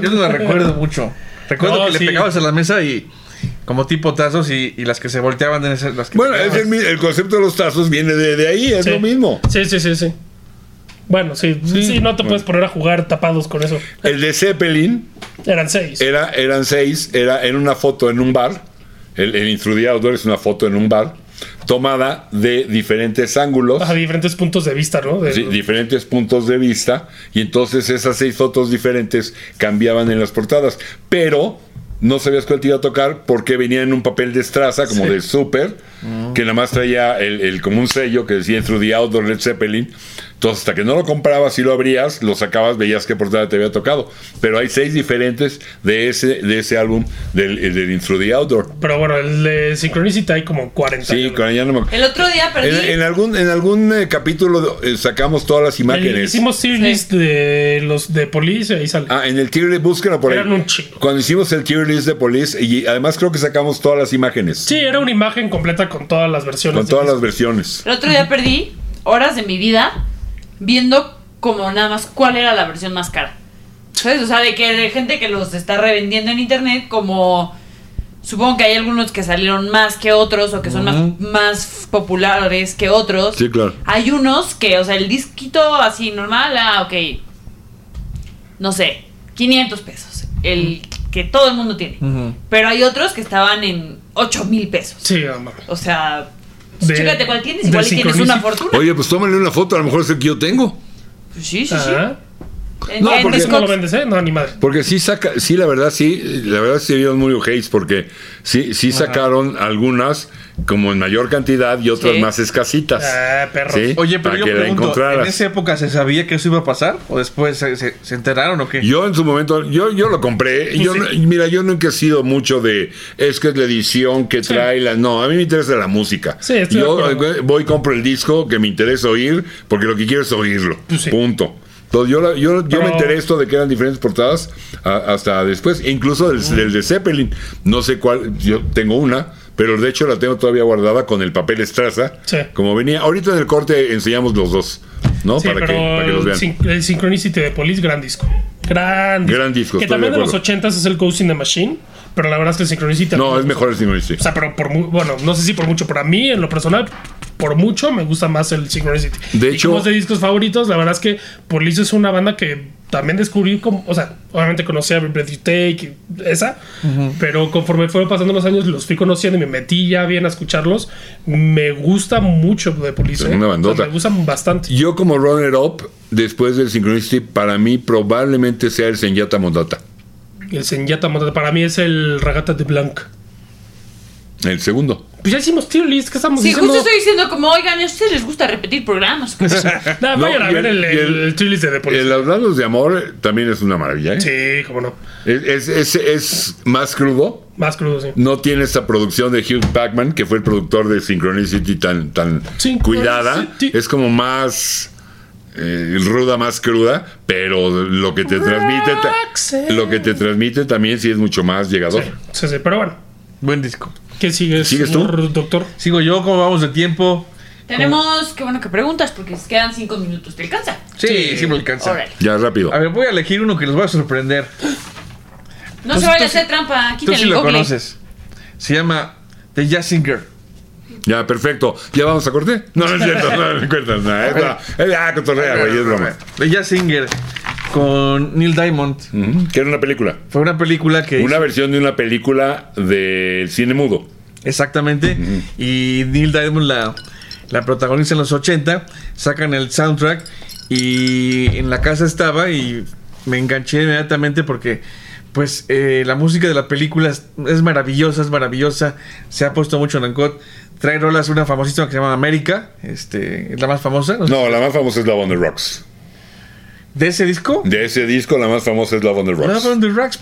Speaker 2: Yo no la recuerdo mucho. Recuerdo
Speaker 4: No,
Speaker 2: que
Speaker 4: sí.
Speaker 2: le pegabas a la mesa y como tipo tazos y, y las que se volteaban en esas. Las que
Speaker 1: Bueno,
Speaker 2: te
Speaker 1: es el,
Speaker 2: pegabas.
Speaker 1: mi- el concepto de los tazos viene de, de ahí, es
Speaker 4: Sí.
Speaker 1: lo mismo.
Speaker 4: Sí, sí, sí, sí. Bueno, sí, sí, no te puedes poner a jugar tapados con eso.
Speaker 1: El de Zeppelin,
Speaker 4: Eran seis.
Speaker 1: Era, eran seis, era en una foto en un bar. El, el Intrudía Outdoor es una foto en un bar, tomada de diferentes ángulos,
Speaker 4: Ajá, diferentes puntos de vista, ¿no? De-
Speaker 1: sí, diferentes puntos de vista, y entonces esas seis fotos diferentes cambiaban en las portadas. Pero no sabías cuál te iba a tocar porque venía en un papel de estraza, como
Speaker 4: Sí.
Speaker 1: de súper, que nada más traía el, el- como un sello que decía Intrudía Outdoor Led Zeppelin. Entonces, hasta que no lo comprabas y lo abrías, lo sacabas, veías qué portada te había tocado. Pero hay seis diferentes de ese, de ese álbum del, el del Into the Outdoor.
Speaker 4: Pero bueno, el de Synchronicity hay como 40.
Speaker 1: Sí, con ella no me acuerdo.
Speaker 3: El otro día perdí.
Speaker 1: En, en algún, en algún eh, capítulo eh, sacamos todas las
Speaker 4: El-
Speaker 1: imágenes.
Speaker 4: hicimos tier list de los de Police y ahí sale.
Speaker 1: Ah, en el tier list, búsquenlo por ahí.
Speaker 4: Eran un chingo.
Speaker 1: Cuando hicimos el tier list de Police, y además creo que sacamos todas las imágenes.
Speaker 4: Sí, era una imagen completa con todas las versiones.
Speaker 1: Con
Speaker 4: de
Speaker 1: todas
Speaker 4: disco.
Speaker 1: las versiones.
Speaker 3: El otro día perdí horas de mi vida viendo como nada más cuál era la versión más cara. ¿Sabes? O sea, de que de gente que los está revendiendo en internet, como supongo que hay algunos que salieron más que otros o que son más- más, populares que otros.
Speaker 1: Sí, claro.
Speaker 3: Hay unos que, o sea, el disquito así normal, ah, ok, no sé, 500 pesos, el que todo el mundo tiene. Pero hay otros que estaban en 8 mil pesos.
Speaker 4: Sí, ah, no mames.
Speaker 3: O sea,
Speaker 4: De-
Speaker 3: chécate cuál tienes,
Speaker 4: de
Speaker 3: igual y tienes
Speaker 4: sincronici-
Speaker 3: una fortuna.
Speaker 1: Oye, pues tómale una foto, a lo mejor es el que yo tengo.
Speaker 3: Pues sí, sí, sí.
Speaker 4: Ajá.
Speaker 3: En,
Speaker 1: No,
Speaker 3: en
Speaker 1: porque-
Speaker 4: ¿Eso Ah. no lo vendes,
Speaker 3: Discogs.
Speaker 4: eh? No, ni madre.
Speaker 1: Porque sí saca, sí, la verdad, sí, la verdad sí dieron muy hates, porque sí, sí sacaron algunas como en mayor cantidad y otras
Speaker 3: Sí.
Speaker 1: más escasitas.
Speaker 4: Ah, perros.
Speaker 1: Sí,
Speaker 2: Oye, pero
Speaker 1: para
Speaker 2: yo
Speaker 1: que la
Speaker 2: pregunto, ¿en
Speaker 1: encontraras.
Speaker 2: esa época se sabía que eso iba a pasar? ¿O después se, se- se enteraron o qué?
Speaker 1: Yo en su momento, yo, yo lo compré. Yo, no- Mira, yo nunca he sido mucho de, es que es la edición que trae la... No, a mí me interesa la música.
Speaker 4: Sí, estoy de
Speaker 1: yo
Speaker 4: acuerdo.
Speaker 1: eh, voy, compro el disco que me interesa oír, porque lo que quiero es oírlo.
Speaker 4: Pues sí.
Speaker 1: Punto. Entonces yo, la- yo, yo
Speaker 4: Pero-
Speaker 1: me enteré esto de que eran diferentes portadas a- hasta después, incluso del, del de Zeppelin. No sé cuál, yo tengo una, pero de hecho la tengo todavía guardada con el papel estraza,
Speaker 4: Sí.
Speaker 1: como venía. Ahorita en el corte enseñamos los dos, ¿no?
Speaker 4: Sí,
Speaker 1: para,
Speaker 4: pero
Speaker 1: que, para que los vean.
Speaker 4: el Syn- el Synchronicity de Police, gran disco. Gran disco.
Speaker 1: Gran disco,
Speaker 4: Que
Speaker 1: estoy
Speaker 4: también
Speaker 1: de
Speaker 4: de, los
Speaker 1: acuerdo.
Speaker 4: 80 es el Ghost in the Machine, pero la verdad es que el Synchronicity...
Speaker 1: No, es mejor el Simon
Speaker 4: O sea, pero por mu- bueno, no sé si por mucho, pero a mí en lo personal, por mucho me gusta más el Synchronicity.
Speaker 1: De
Speaker 4: Y
Speaker 1: hecho-
Speaker 4: como es de discos favoritos, la verdad es que Police es una banda que también descubrí como, o sea, obviamente conocía Every Breath You Take, y esa, pero conforme fueron pasando los años, los fui conociendo y me metí ya bien a escucharlos. Me gusta mucho de Police.
Speaker 1: Es
Speaker 4: ¿eh?
Speaker 1: una bandota.
Speaker 4: O sea, me gustan bastante.
Speaker 1: Yo como runner-up, después del Synchronicity, para mí probablemente sea el Senyata Mondata.
Speaker 4: El Senyata Matata, para mí es el Regata de Blanc.
Speaker 1: El segundo.
Speaker 4: Pues ya hicimos tier list, ¿qué estamos
Speaker 3: Sí,
Speaker 4: diciendo?
Speaker 3: justo estoy diciendo como, oigan, ¿a ustedes les gusta repetir programas?
Speaker 4: Nah,
Speaker 1: No,
Speaker 4: vayan a
Speaker 1: y
Speaker 4: ver
Speaker 1: el-
Speaker 4: el,
Speaker 1: y
Speaker 4: el,
Speaker 1: el-
Speaker 4: el tier list de The Police.
Speaker 1: Eh, Los lados de amor eh, también es una maravilla. ¿eh?
Speaker 4: Sí, cómo no.
Speaker 1: Es, es- es- es más crudo.
Speaker 4: Más crudo, sí.
Speaker 1: No tiene esta producción de Hugh Packman, que fue el productor de Synchronicity tan, tan
Speaker 4: Synchronicity.
Speaker 1: cuidada. Es como más eh, ruda, más cruda, pero lo que te transmite, ta-
Speaker 4: Roxanne.
Speaker 1: lo que te transmite también sí es mucho más llegador.
Speaker 4: eh. Sí, sí, pero bueno.
Speaker 2: Buen disco.
Speaker 4: ¿Qué sigue,
Speaker 1: ¿Sigues tú?
Speaker 4: señor doctor?
Speaker 2: Sigo yo, ¿cómo vamos de tiempo?
Speaker 3: Tenemos, qué bueno que preguntas, porque nos quedan cinco minutos. ¿Te alcanza?
Speaker 2: Sí, sí, me alcanza.
Speaker 3: Órale.
Speaker 1: Ya rápido.
Speaker 2: A ver, voy a elegir uno que les va a sorprender.
Speaker 3: No se
Speaker 2: Tú sí-
Speaker 3: vaya
Speaker 2: tú
Speaker 3: a hacer
Speaker 2: sí-
Speaker 3: trampa,
Speaker 2: Tú
Speaker 3: quítale
Speaker 2: sí
Speaker 3: el
Speaker 2: lo
Speaker 3: google.
Speaker 2: conoces. Se llama The Jazz Singer.
Speaker 1: Ya, perfecto. ¿Ya vamos a corte? No, no es cierto. No, no cuentas nada. Es la- es la- ah, cotorrea, güey, es broma.
Speaker 2: The Jazz Singer con Neil Diamond.
Speaker 1: Ujú, Que era una película.
Speaker 2: Fue una película que
Speaker 1: Una versión de una película del cine mudo.
Speaker 2: Exactamente. Y Neil Diamond la, la protagoniza en los 80. Sacan el soundtrack. Y en la casa estaba y me enganché inmediatamente porque pues eh, la música de la película es, es maravillosa, es maravillosa. Se ha puesto mucho en Ancot. Trae rolas, una famosísima que se llama América. Este, es la más famosa. ¿no?
Speaker 1: No, la más famosa es Love on the Rocks.
Speaker 2: ¿De ese disco?
Speaker 1: De ese disco, la más famosa es Love on the Rocks.
Speaker 2: Love on the Rocks.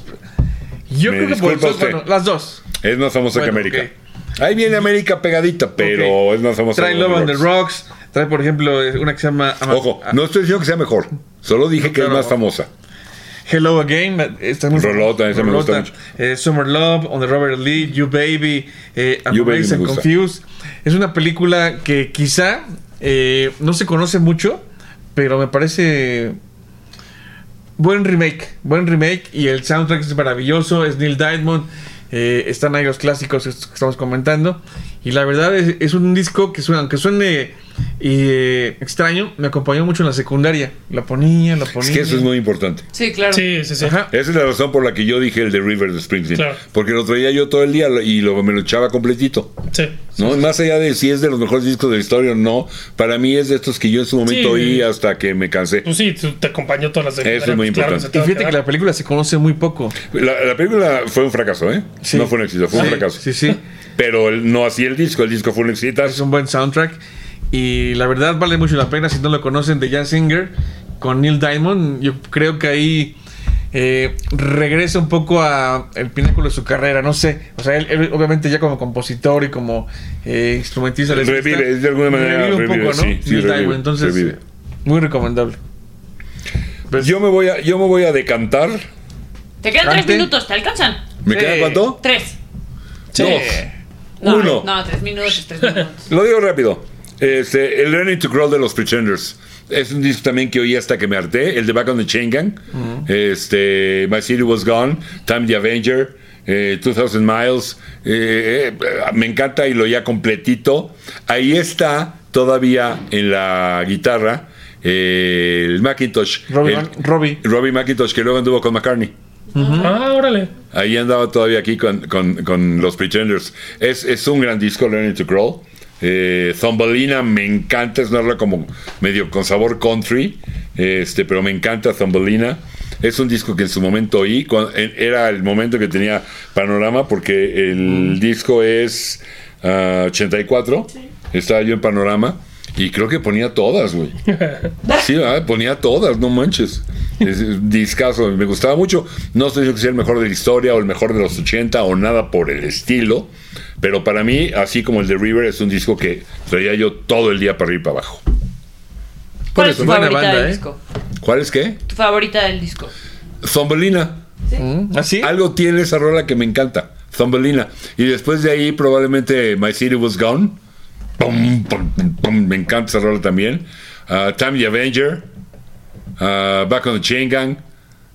Speaker 2: Yo
Speaker 1: Me
Speaker 2: creo que por el
Speaker 1: disculpa
Speaker 2: sol-
Speaker 1: usted.
Speaker 2: bueno, las dos.
Speaker 1: Es más famosa
Speaker 2: Bueno,
Speaker 1: que América. Ahí viene América pegadita, pero
Speaker 2: Ok.
Speaker 1: es más famosa
Speaker 2: Trae Love on the Rocks. Trae, por ejemplo, eh, una que se llama... Ama-
Speaker 1: Ojo, no estoy diciendo que sea mejor. Solo dije que
Speaker 2: claro.
Speaker 1: es más famosa.
Speaker 2: Hello Again, está muy
Speaker 1: Rolota, esa me gusta mucho.
Speaker 2: Eh, Summer Love, On the Robert Lee, You Baby, eh, I'm
Speaker 1: You Baby
Speaker 2: Amazed
Speaker 1: me
Speaker 2: and
Speaker 1: gusta.
Speaker 2: Confused. Es una película que quizá eh, no se conoce mucho, pero me parece buen remake, buen remake y el soundtrack es maravilloso, es Neil Diamond, eh, están ahí los clásicos estos que estamos comentando y la verdad es, es un disco que suena, aunque suene eh, extraño, me acompañó mucho en la secundaria, la ponía, la ponía.
Speaker 1: Es que eso es muy importante.
Speaker 5: Sí, claro.
Speaker 4: Sí, sí, sí.
Speaker 2: Ajá.
Speaker 1: Esa es la razón por la que yo dije el de River de Springsteen.
Speaker 4: Claro.
Speaker 1: Porque lo traía yo todo el día y lo, me lo echaba completito.
Speaker 4: Sí.
Speaker 1: Pues ¿no? Más allá de si es de los mejores discos de la historia o no, para mí es de estos que yo en su momento
Speaker 4: Sí.
Speaker 1: oí hasta que me cansé.
Speaker 4: Pues sí, tú- te acompañó todas las de
Speaker 1: Eso es muy
Speaker 4: claro,
Speaker 1: importante.
Speaker 4: se te
Speaker 2: Y
Speaker 4: va a
Speaker 2: fíjate que
Speaker 4: quedar.
Speaker 2: la película se conoce muy poco.
Speaker 1: La, la película fue un fracaso, ¿eh?
Speaker 2: Sí.
Speaker 1: No fue un éxito, fue un
Speaker 2: Sí,
Speaker 1: fracaso.
Speaker 2: Sí, sí.
Speaker 1: Pero el- no así el disco, el disco fue un éxito.
Speaker 2: Es un buen soundtrack. Y la verdad vale mucho la pena si no lo conocen de Jan Singer con Neil Diamond. Yo creo que ahí eh, regresa un poco a el pináculo de su carrera. No sé. O sea, él, él obviamente ya como compositor y como eh, instrumentista. le gusta.
Speaker 1: Revive, de alguna manera
Speaker 2: Revive un
Speaker 1: revive,
Speaker 2: poco, ¿no?
Speaker 1: sí, sí,
Speaker 2: Neil
Speaker 1: revive,
Speaker 2: Diamond. Entonces,
Speaker 1: revive.
Speaker 2: muy recomendable.
Speaker 1: Yo me voy a, yo me voy a decantar.
Speaker 3: Te quedan tres
Speaker 2: Cante.
Speaker 3: minutos, ¿te alcanzan?
Speaker 1: ¿Me
Speaker 2: Sí.
Speaker 1: queda cuánto?
Speaker 3: Tres.
Speaker 1: Dos.
Speaker 2: Oh,
Speaker 3: No,
Speaker 1: Uno.
Speaker 3: No, tres minutos, tres minutos.
Speaker 1: Lo digo rápido. Este, el Learning to Crawl de los Pretenders. Es un disco también que oí hasta que me harté. El de Back on the Chain Gang. este, My City Was Gone. Time the Avenger. eh, 2000 Miles. eh, eh, me encanta y lo ya completito. Ahí está todavía en la guitarra eh, el Macintosh.
Speaker 2: Robbie,
Speaker 1: el-
Speaker 2: Man- Robbie.
Speaker 1: Robbie Macintosh que luego anduvo con McCartney.
Speaker 4: Ah, órale.
Speaker 1: Ahí andaba todavía aquí con, con- con los Pretenders. Es, es un gran disco, Learning to Crawl. Eh, Zombolina me encanta, es una rola como medio con sabor country, este, pero me encanta Zombolina. Es un disco que en su momento oí, cuan- en- era el momento que tenía Panorama, porque el disco es ah, 84, estaba yo en Panorama, y creo que ponía todas, güey. Sí, ¿verdad? ponía todas, no manches. Es- es Discazo, me gustaba mucho. No sé si sea el mejor de la historia o el mejor de los 80 o nada por el estilo, pero para mí, así como el de River, es un disco que traía yo todo el día para arriba y para abajo.
Speaker 3: ¿Cuál
Speaker 2: eso,
Speaker 3: es tu
Speaker 2: buena
Speaker 3: favorita
Speaker 2: banda,
Speaker 3: del
Speaker 2: ¿eh?
Speaker 3: disco?
Speaker 1: ¿Cuál es qué?
Speaker 3: Tu favorita del disco.
Speaker 1: Zombolina.
Speaker 2: ¿Así?
Speaker 1: Algo tiene esa rola que me encanta. Zombolina. Y después de ahí, probablemente My City Was Gone. Pum, pum, pum, pum. Me encanta esa rola también. Ah, Time the Avenger. Ah, Back on the Chain Gang.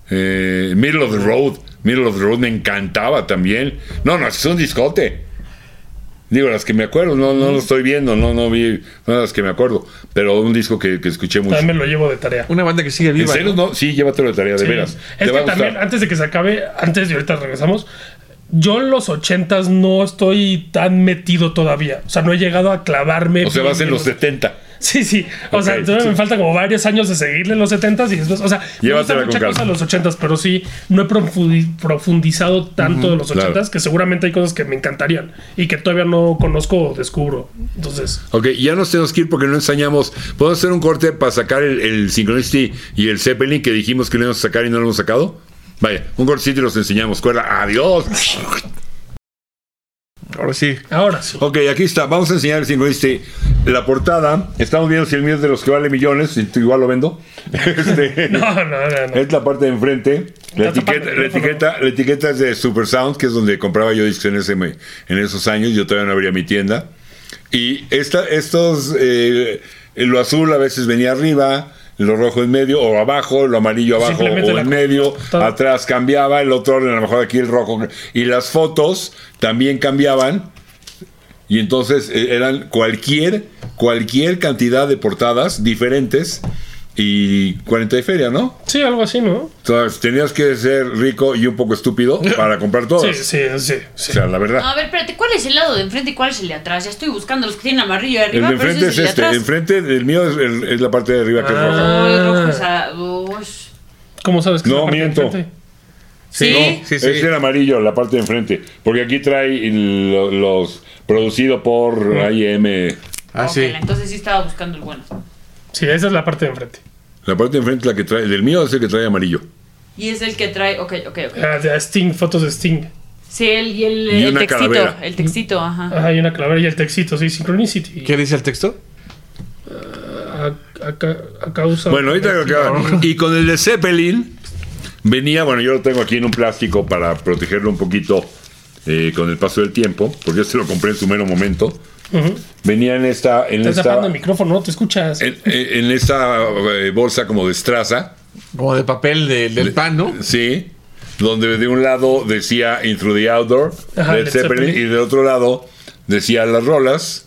Speaker 1: eh, Middle of the Road. Middle of the Road me encantaba también. No, no, es un discote. Digo, las que me acuerdo, no, no lo estoy viendo, no, no vi, no las que me acuerdo, pero un disco que, que escuché mucho.
Speaker 4: También me lo llevo de tarea.
Speaker 2: Una banda que sigue
Speaker 1: ¿En
Speaker 2: viva.
Speaker 1: serio?
Speaker 2: ¿no?
Speaker 1: No, sí, llévatelo de tarea, de
Speaker 4: Sí.
Speaker 1: veras. Te
Speaker 4: Es
Speaker 1: va
Speaker 4: que
Speaker 1: a gustar.
Speaker 4: también, antes de que se acabe, antes y ahorita regresamos, yo en los ochentas no estoy tan metido todavía. O sea, no he llegado a clavarme.
Speaker 1: O sea,
Speaker 4: bien
Speaker 1: vas en
Speaker 4: en
Speaker 1: los 70.
Speaker 4: Sí, sí. O
Speaker 1: Ok,
Speaker 4: sea, todavía
Speaker 1: sí.
Speaker 4: me faltan como varios años de seguirle en los 70s y después. O sea, me gusta
Speaker 1: Llévatela con
Speaker 4: mucha
Speaker 1: calma.
Speaker 4: cosa de los 80s, pero sí, no he profundi- profundizado tanto de los 80s
Speaker 1: claro.
Speaker 4: que seguramente hay cosas que me encantarían y que todavía no conozco o descubro. Entonces,
Speaker 1: Ok, ya nos tenemos que ir porque no ensañamos. ¿Podemos hacer un corte para sacar el, el Synchronicity y el Zeppelin que dijimos que lo íbamos a sacar y no lo hemos sacado? Vaya, un cortecito y los enseñamos. Cuerda, adiós.
Speaker 2: Ahora sí.
Speaker 4: ahora sí.
Speaker 1: Ok, aquí está. Vamos a enseñar el Synchronicity. La portada. Estamos viendo si el mío es de los que vale millones. y tú Igual lo vendo. Este,
Speaker 4: No, no, no. no.
Speaker 1: Es la parte de enfrente. La
Speaker 4: Está tapando
Speaker 1: etiqueta,
Speaker 4: el
Speaker 1: la,
Speaker 4: teléfono.
Speaker 1: etiqueta, la etiqueta es de Super Sound, que es donde compraba yo discos en, ese, me- en esos años. Yo todavía no abría mi tienda. Y esta, estos, eh, lo azul a veces venía arriba, lo rojo en medio o abajo, lo amarillo abajo
Speaker 4: Simplemente
Speaker 1: o
Speaker 4: la
Speaker 1: en medio,
Speaker 4: todo.
Speaker 1: atrás cambiaba, el otro orden, a lo mejor aquí el rojo. Y las fotos también cambiaban. Y entonces eh, eran cualquier, cualquier cantidad de portadas diferentes y 40 de feria, ¿no?
Speaker 4: Sí, algo así, ¿no?
Speaker 1: Entonces, tenías que ser rico y un poco estúpido para comprar
Speaker 4: Sí,
Speaker 1: todas.
Speaker 4: sí, sí. sí.
Speaker 1: O sea, la verdad.
Speaker 5: A ver, espérate, ¿cuál es el lado de enfrente y cuál es el de atrás? Ya estoy buscando los que tienen amarillo de
Speaker 1: El
Speaker 5: arriba,
Speaker 1: de
Speaker 5: pero
Speaker 1: enfrente
Speaker 5: ese
Speaker 1: es
Speaker 5: el de
Speaker 1: este.
Speaker 5: atrás.
Speaker 1: El enfrente, el mío es, el- es la parte de arriba que es
Speaker 4: Ah.
Speaker 1: roja.
Speaker 5: Ay, rojo, o sea, ush.
Speaker 4: ¿Cómo sabes que
Speaker 1: No,
Speaker 4: es la parte de
Speaker 1: miento.
Speaker 4: enfrente?
Speaker 2: Sí,
Speaker 1: No,
Speaker 2: sí, sí.
Speaker 1: es el amarillo, la parte de enfrente. Porque aquí trae el- lo- los producido por AIM.
Speaker 2: Ah,
Speaker 5: Ok,
Speaker 2: sí.
Speaker 5: Entonces sí estaba buscando el bueno.
Speaker 4: Sí, esa es la parte de enfrente.
Speaker 1: La parte de enfrente es la que trae. El del mío es el que trae amarillo.
Speaker 5: Y es el que trae. Ok, ok, ok.
Speaker 4: Ah, de Sting, fotos de Sting.
Speaker 5: Sí, el, y el,
Speaker 1: Y
Speaker 5: el
Speaker 1: una
Speaker 5: textito.
Speaker 1: calavera.
Speaker 5: El textito, ajá.
Speaker 4: Ajá, y una clavera y el texito, sí, Synchronicity.
Speaker 2: ¿Qué dice el texto?
Speaker 4: A, a ca- a causa.
Speaker 1: Bueno, ahorita lo
Speaker 4: Ah, Sí,
Speaker 1: acaba. Y con el de Zeppelin venía, bueno, yo lo tengo aquí en un plástico para protegerlo un poquito eh, con el paso del tiempo, porque yo se lo compré en su mero momento.
Speaker 4: Ujú.
Speaker 1: Venía en esta, en
Speaker 4: Estás
Speaker 1: esta,
Speaker 4: tapando el micrófono, no te escuchas.
Speaker 1: en, en- en esta eh, bolsa como de estraza,
Speaker 2: Como de papel de- del pan, ¿no?
Speaker 1: sí, donde de un lado decía Into the Outdoor,
Speaker 4: Ajá,
Speaker 1: Led
Speaker 4: Led
Speaker 1: Zeppelin,
Speaker 4: Zeppelin.
Speaker 1: y del otro lado decía las rolas.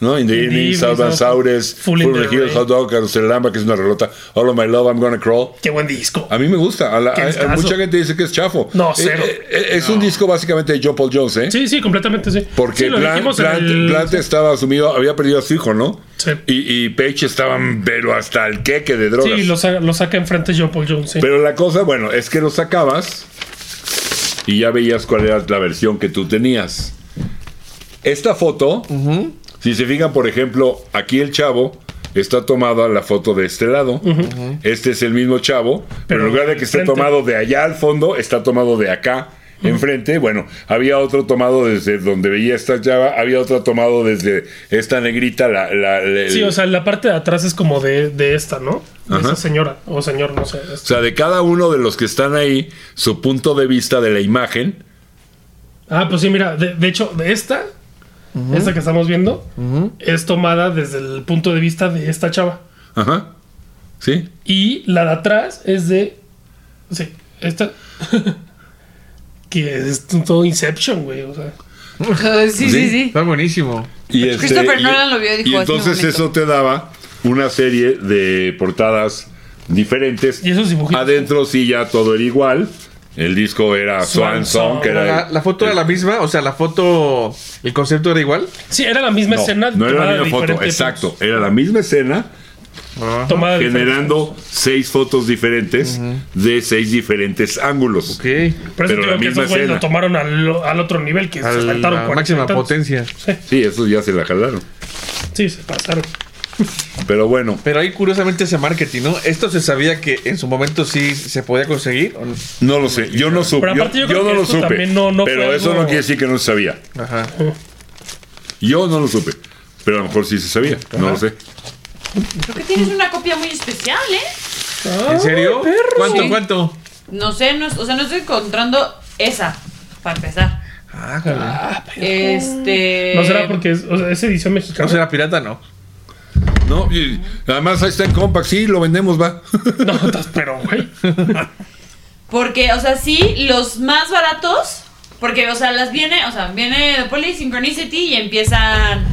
Speaker 1: ¿no? In the evening,
Speaker 4: evening,
Speaker 1: South and
Speaker 4: South-
Speaker 1: Saures, Full in the Hill,
Speaker 4: Rain.
Speaker 1: Hot Dog, Carusel Lamba, que es una relota, All of My Love, I'm Gonna Crawl.
Speaker 4: Qué buen disco.
Speaker 1: A mí me gusta. A la-
Speaker 4: Qué
Speaker 1: a- a
Speaker 4: discazo.
Speaker 1: mucha gente dice que es chafo.
Speaker 4: No, cero.
Speaker 1: Eh, eh, eh, es un disco básicamente de John Paul Jones, ¿eh?
Speaker 4: Sí, sí, completamente, sí.
Speaker 1: Porque
Speaker 4: sí, lo
Speaker 1: Plant,
Speaker 4: dijimos en
Speaker 1: Plant-
Speaker 4: el-
Speaker 1: Plant estaba asumido, había perdido a su hijo, ¿no?
Speaker 4: Sí.
Speaker 1: Y, y Page estaban, pero hasta el queque de drogas.
Speaker 4: Mm. Sí, lo, sa- lo saca enfrente John Paul Jones, sí.
Speaker 1: Pero la cosa, bueno, es que lo sacabas y ya veías cuál era la versión que tú tenías. Esta foto, si se fijan, por ejemplo, aquí el chavo está tomada la foto de este lado. Este es el mismo chavo, pero,
Speaker 4: Pero
Speaker 1: en lugar de que esté
Speaker 4: enfrente.
Speaker 1: tomado de allá al fondo, está tomado de acá. Enfrente, bueno, había otro tomado desde donde veía esta chava, había otro tomado desde esta negrita, la, la- la-
Speaker 4: Sí, o sea, la parte de atrás es como de, de esta, ¿no? De
Speaker 1: Ajá.
Speaker 4: esa señora, o señor, no sé.
Speaker 1: o sea, de cada uno de los que están ahí, su punto de vista de la imagen,
Speaker 4: Ah, pues sí, mira, de, de hecho, de esta, esta que estamos viendo, es tomada desde el punto de vista de esta chava.
Speaker 1: Ajá. Sí.
Speaker 4: Y la de atrás es de. Sí, esta. que es todo Inception, güey. O sea.
Speaker 5: sí, sí, sí.
Speaker 2: Está buenísimo.
Speaker 1: Y
Speaker 5: Pues Christopher Nolan lo vio y dijo, "Es
Speaker 1: y
Speaker 5: mi
Speaker 1: entonces
Speaker 5: momento".
Speaker 1: eso te daba una serie de portadas diferentes.
Speaker 4: Y esos dibujitos.
Speaker 1: Adentro sí ya todo era igual. El disco era Swan
Speaker 4: Swan
Speaker 1: Song,
Speaker 4: Song.
Speaker 1: que era
Speaker 2: La, la foto era la misma, o sea, la foto, el concepto era igual.
Speaker 4: Sí, era la misma
Speaker 1: no,
Speaker 4: escena.
Speaker 1: no era
Speaker 4: tomada
Speaker 1: la
Speaker 4: de
Speaker 1: misma foto,
Speaker 4: diferente- pues,
Speaker 1: exacto. Era la misma escena,
Speaker 4: Tomada de
Speaker 1: generando
Speaker 4: pues.
Speaker 1: seis fotos diferentes de seis diferentes ángulos.
Speaker 2: Ok.
Speaker 4: diferente- Por
Speaker 1: pero
Speaker 4: eso te
Speaker 1: la
Speaker 4: digo que
Speaker 1: misma
Speaker 4: esos güeyes
Speaker 1: escena.
Speaker 4: lo tomaron al, al otro nivel, que
Speaker 2: A
Speaker 4: se
Speaker 2: la
Speaker 4: saltaron 40 y
Speaker 2: máxima
Speaker 4: tantos.
Speaker 2: potencia.
Speaker 1: Sí, esos ya se la jalaron.
Speaker 4: Sí, se pasaron.
Speaker 1: Pero bueno,
Speaker 2: Pero ahí curiosamente ese marketing, ¿no? Esto se sabía que en su momento sí se podía conseguir. ¿o no?
Speaker 1: no lo sé. Yo no supe.
Speaker 4: Pero
Speaker 1: Yo,
Speaker 4: aparte yo creo
Speaker 1: yo no
Speaker 4: que
Speaker 1: lo
Speaker 4: esto
Speaker 1: supe.
Speaker 4: también no- no
Speaker 1: pero
Speaker 4: fue
Speaker 1: eso
Speaker 4: algo-
Speaker 1: no quiere decir que no se sabía.
Speaker 2: Ajá.
Speaker 1: Yo no lo supe. Pero a lo mejor sí se sabía. No lo sé.
Speaker 5: Creo que tienes una copia muy especial, ¿eh?
Speaker 4: Ah,
Speaker 2: ¿En serio? ¿Cuánto,
Speaker 5: Sí.
Speaker 2: cuánto?
Speaker 5: No sé, no, o sea, no estoy encontrando esa, para empezar.
Speaker 2: Ah, caray.
Speaker 5: Este.
Speaker 4: No
Speaker 3: Eh,
Speaker 4: será porque es, o sea, es edición mexicana.
Speaker 2: No será pirata, no.
Speaker 1: No, y además ahí está en Compact. Sí, lo vendemos, va.
Speaker 4: No, estás- pero, güey.
Speaker 5: Porque, o sea, sí, los más baratos
Speaker 3: Porque, o sea, las viene, o sea, viene The Police Synchronicity y empiezan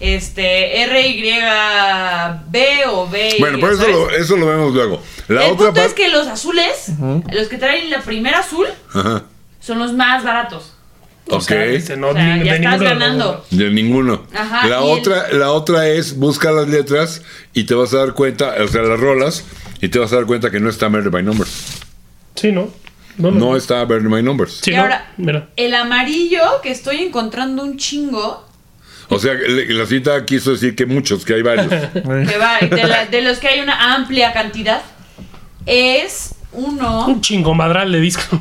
Speaker 3: este RYB o B.
Speaker 1: Bueno, pero eso
Speaker 3: ¿sabes?
Speaker 1: lo, eso lo vemos luego. La
Speaker 3: El
Speaker 1: otra
Speaker 3: punto es
Speaker 1: parte.
Speaker 3: que los azules, los que traen la primera azul,
Speaker 1: Ajá.
Speaker 3: son los más baratos.
Speaker 4: O sea, dice,
Speaker 1: Ok.
Speaker 4: no,
Speaker 3: O sea,
Speaker 4: ni-
Speaker 3: ya
Speaker 4: de
Speaker 3: estás
Speaker 4: ninguno de los
Speaker 3: ganando.
Speaker 4: dos.
Speaker 1: De ninguno.
Speaker 3: Ajá,
Speaker 1: la,
Speaker 3: y el-
Speaker 1: otra, la otra es busca las letras y te vas a dar cuenta, o sea, las rolas, y te vas a dar cuenta que no está Murder by Numbers.
Speaker 4: Sí, ¿no? No, no.
Speaker 1: No está Murder by Numbers.
Speaker 4: Sí,
Speaker 3: Y
Speaker 4: no,
Speaker 3: ahora-
Speaker 4: Mira.
Speaker 3: El amarillo, que estoy encontrando un chingo,
Speaker 1: O sea, le- la cita quiso decir que muchos, que hay varios.
Speaker 2: Eh,
Speaker 3: que va, de, la- de los que hay una amplia cantidad, es uno
Speaker 4: Un chingo madral de disco.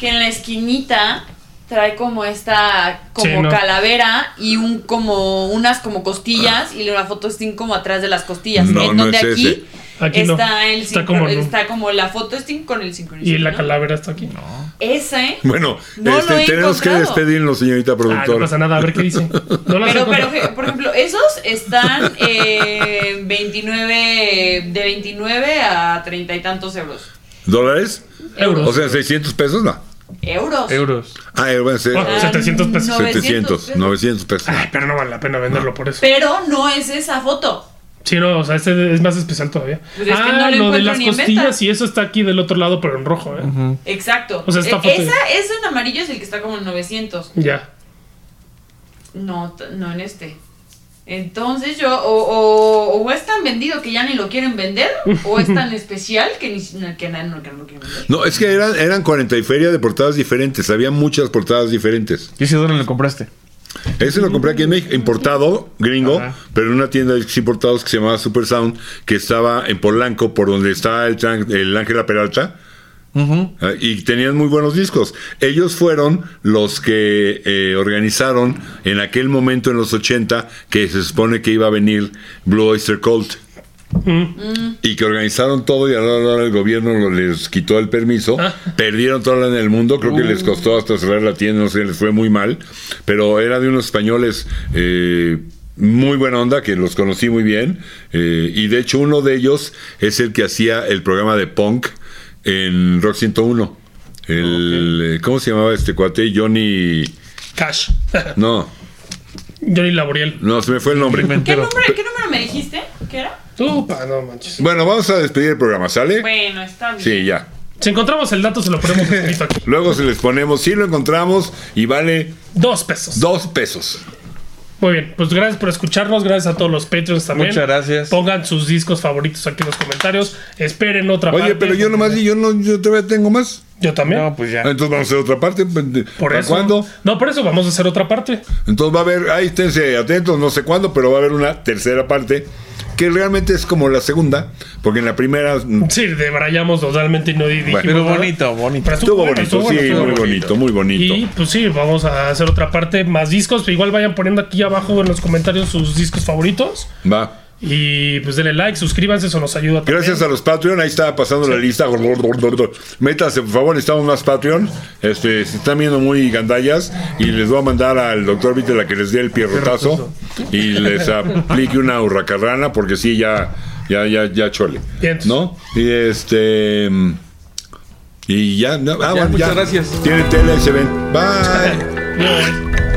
Speaker 3: que en la esquinita trae como esta como
Speaker 4: Sí, no.
Speaker 3: calavera y un como unas como costillas y una foto sting como atrás de las costillas
Speaker 1: No,
Speaker 3: en
Speaker 1: no
Speaker 3: donde
Speaker 1: es
Speaker 3: aquí,
Speaker 4: ese. Aquí no.
Speaker 3: está el
Speaker 4: Está
Speaker 3: sincro-
Speaker 4: como no.
Speaker 3: está como la foto sting con el sincronismo
Speaker 4: y la calavera está aquí. Ah,
Speaker 3: ese
Speaker 1: Bueno,
Speaker 3: No
Speaker 1: este,
Speaker 3: lo he
Speaker 1: tenemos que
Speaker 3: encontrado.
Speaker 1: despedirnos, señorita
Speaker 4: Ah, no
Speaker 1: productora.
Speaker 4: pasa nada, a ver qué dice. No la
Speaker 3: Pero,
Speaker 4: sé
Speaker 3: pero, je- por ejemplo, esos están eh, 29, de 29 a 30 y tantos euros.
Speaker 1: ¿Dólares?
Speaker 4: Euros.
Speaker 1: O sea, 600 pesos, no.
Speaker 3: Euros.
Speaker 2: Euros.
Speaker 1: Ah, eh, bueno, se-
Speaker 4: Ah,
Speaker 3: Eran
Speaker 4: 700 pesos.
Speaker 1: 700, 900 pesos.
Speaker 4: Ay, pero no vale la pena venderlo por eso.
Speaker 3: Pero no es esa foto.
Speaker 4: Sí, no, o sea, este es más especial todavía.
Speaker 3: Pues es que
Speaker 4: ah,
Speaker 3: no lo
Speaker 4: lo, de
Speaker 3: encuentro
Speaker 4: las
Speaker 3: ni en venta.
Speaker 4: costillas y eso está aquí del otro lado, pero en rojo, ¿eh?
Speaker 3: Exacto.
Speaker 4: O sea, esta
Speaker 3: Eh,
Speaker 4: foto-
Speaker 3: esa, esa en amarillo es el que está como en 900.
Speaker 4: Ya.
Speaker 3: No, t- no en este. Entonces yo, o, o, o es tan vendido que ya ni lo quieren vender, o es tan especial que ni que na- no, que no lo quieren vender.
Speaker 1: No, es que eran, eran 40 y feria de portadas diferentes. Había muchas portadas diferentes.
Speaker 2: ¿Y ese dólar lo compraste?
Speaker 1: Ese lo compré aquí en México, importado, gringo,
Speaker 2: Ajá.
Speaker 1: pero en una tienda de discos importados que se llamaba Super Sound, que estaba en Polanco, por donde está el, tran- el Ángela Peralta, eh, y tenían muy buenos discos. Ellos fueron los que eh, organizaron en aquel momento, en los 80, que se supone que iba a venir Blue Oyster Cult. Y que organizaron todo y a la hora el gobierno lo- les quitó el permiso,
Speaker 4: Ah.
Speaker 1: perdieron toda la en el mundo, creo que les costó hasta cerrar la tienda, no sé, les fue muy mal, pero era de unos españoles eh, muy buena onda, que los conocí muy bien, eh, y de hecho uno de ellos es el que hacía el programa de punk en Rock 101. El, eh, ¿Cómo se llamaba este cuate? Johnny...
Speaker 4: Cash.
Speaker 1: No,
Speaker 4: Johnny Laboriel.
Speaker 1: no, se me fue el nombre.
Speaker 3: ¿Qué,
Speaker 2: Pimentero.
Speaker 3: número, ¿Qué número me dijiste? ¿Qué era?
Speaker 4: Upa, no manches.
Speaker 1: Bueno, vamos a despedir el programa, ¿sale?
Speaker 3: Bueno, está bien.
Speaker 1: Sí, ya.
Speaker 4: Si encontramos el dato, se lo ponemos escrito aquí.
Speaker 1: Luego se les ponemos, si lo encontramos y vale
Speaker 4: Dos pesos.
Speaker 1: dos pesos.
Speaker 4: Muy bien, pues gracias por escucharnos, gracias a todos los Patreons también.
Speaker 2: Muchas gracias.
Speaker 4: Pongan sus discos favoritos aquí en los comentarios. Esperen otra
Speaker 1: Oye,
Speaker 4: parte.
Speaker 1: pero yo nomás, yo no, yo todavía tengo más.
Speaker 4: Yo también.
Speaker 2: No, pues ya.
Speaker 1: Ah, Entonces vamos a hacer otra parte. pues,
Speaker 4: por
Speaker 1: ¿Para
Speaker 4: eso.
Speaker 1: cuándo?
Speaker 4: No, por eso vamos a hacer otra parte.
Speaker 1: Entonces va a haber, ahí esténse atentos, no sé cuándo, pero va a haber una tercera parte que realmente es como la segunda, porque en la primera mm,
Speaker 4: Sí, debrayamos totalmente y no di- dijimos
Speaker 2: Pero
Speaker 4: nada.
Speaker 2: bonito, bonito.
Speaker 4: Pero
Speaker 1: estuvo
Speaker 4: bueno,
Speaker 1: bonito,
Speaker 4: estuvo bueno,
Speaker 1: sí,
Speaker 4: estuvo
Speaker 1: muy
Speaker 4: bueno.
Speaker 1: bonito, muy bonito.
Speaker 4: Y pues sí, vamos a hacer otra parte, más discos. Igual vayan poniendo aquí abajo en los comentarios sus discos favoritos.
Speaker 1: Va.
Speaker 4: Y pues denle like, suscríbanse, eso nos ayuda también.
Speaker 1: Gracias a los Patreon, ahí está pasando la lista. Métase, por favor, necesitamos más Patreon. Este, se están viendo muy gandallas y les voy a mandar al doctor Vite la que les dé el pierrotazo y les aplique una hurracarrana porque sí, ya, ya, ya, ya chole.
Speaker 4: Vientos.
Speaker 1: ¿No? Y este. Y ya, no, ah, bueno,
Speaker 2: muchas
Speaker 1: ya.
Speaker 2: gracias.
Speaker 1: Tienen tele y se ven. Bye.
Speaker 4: Bye.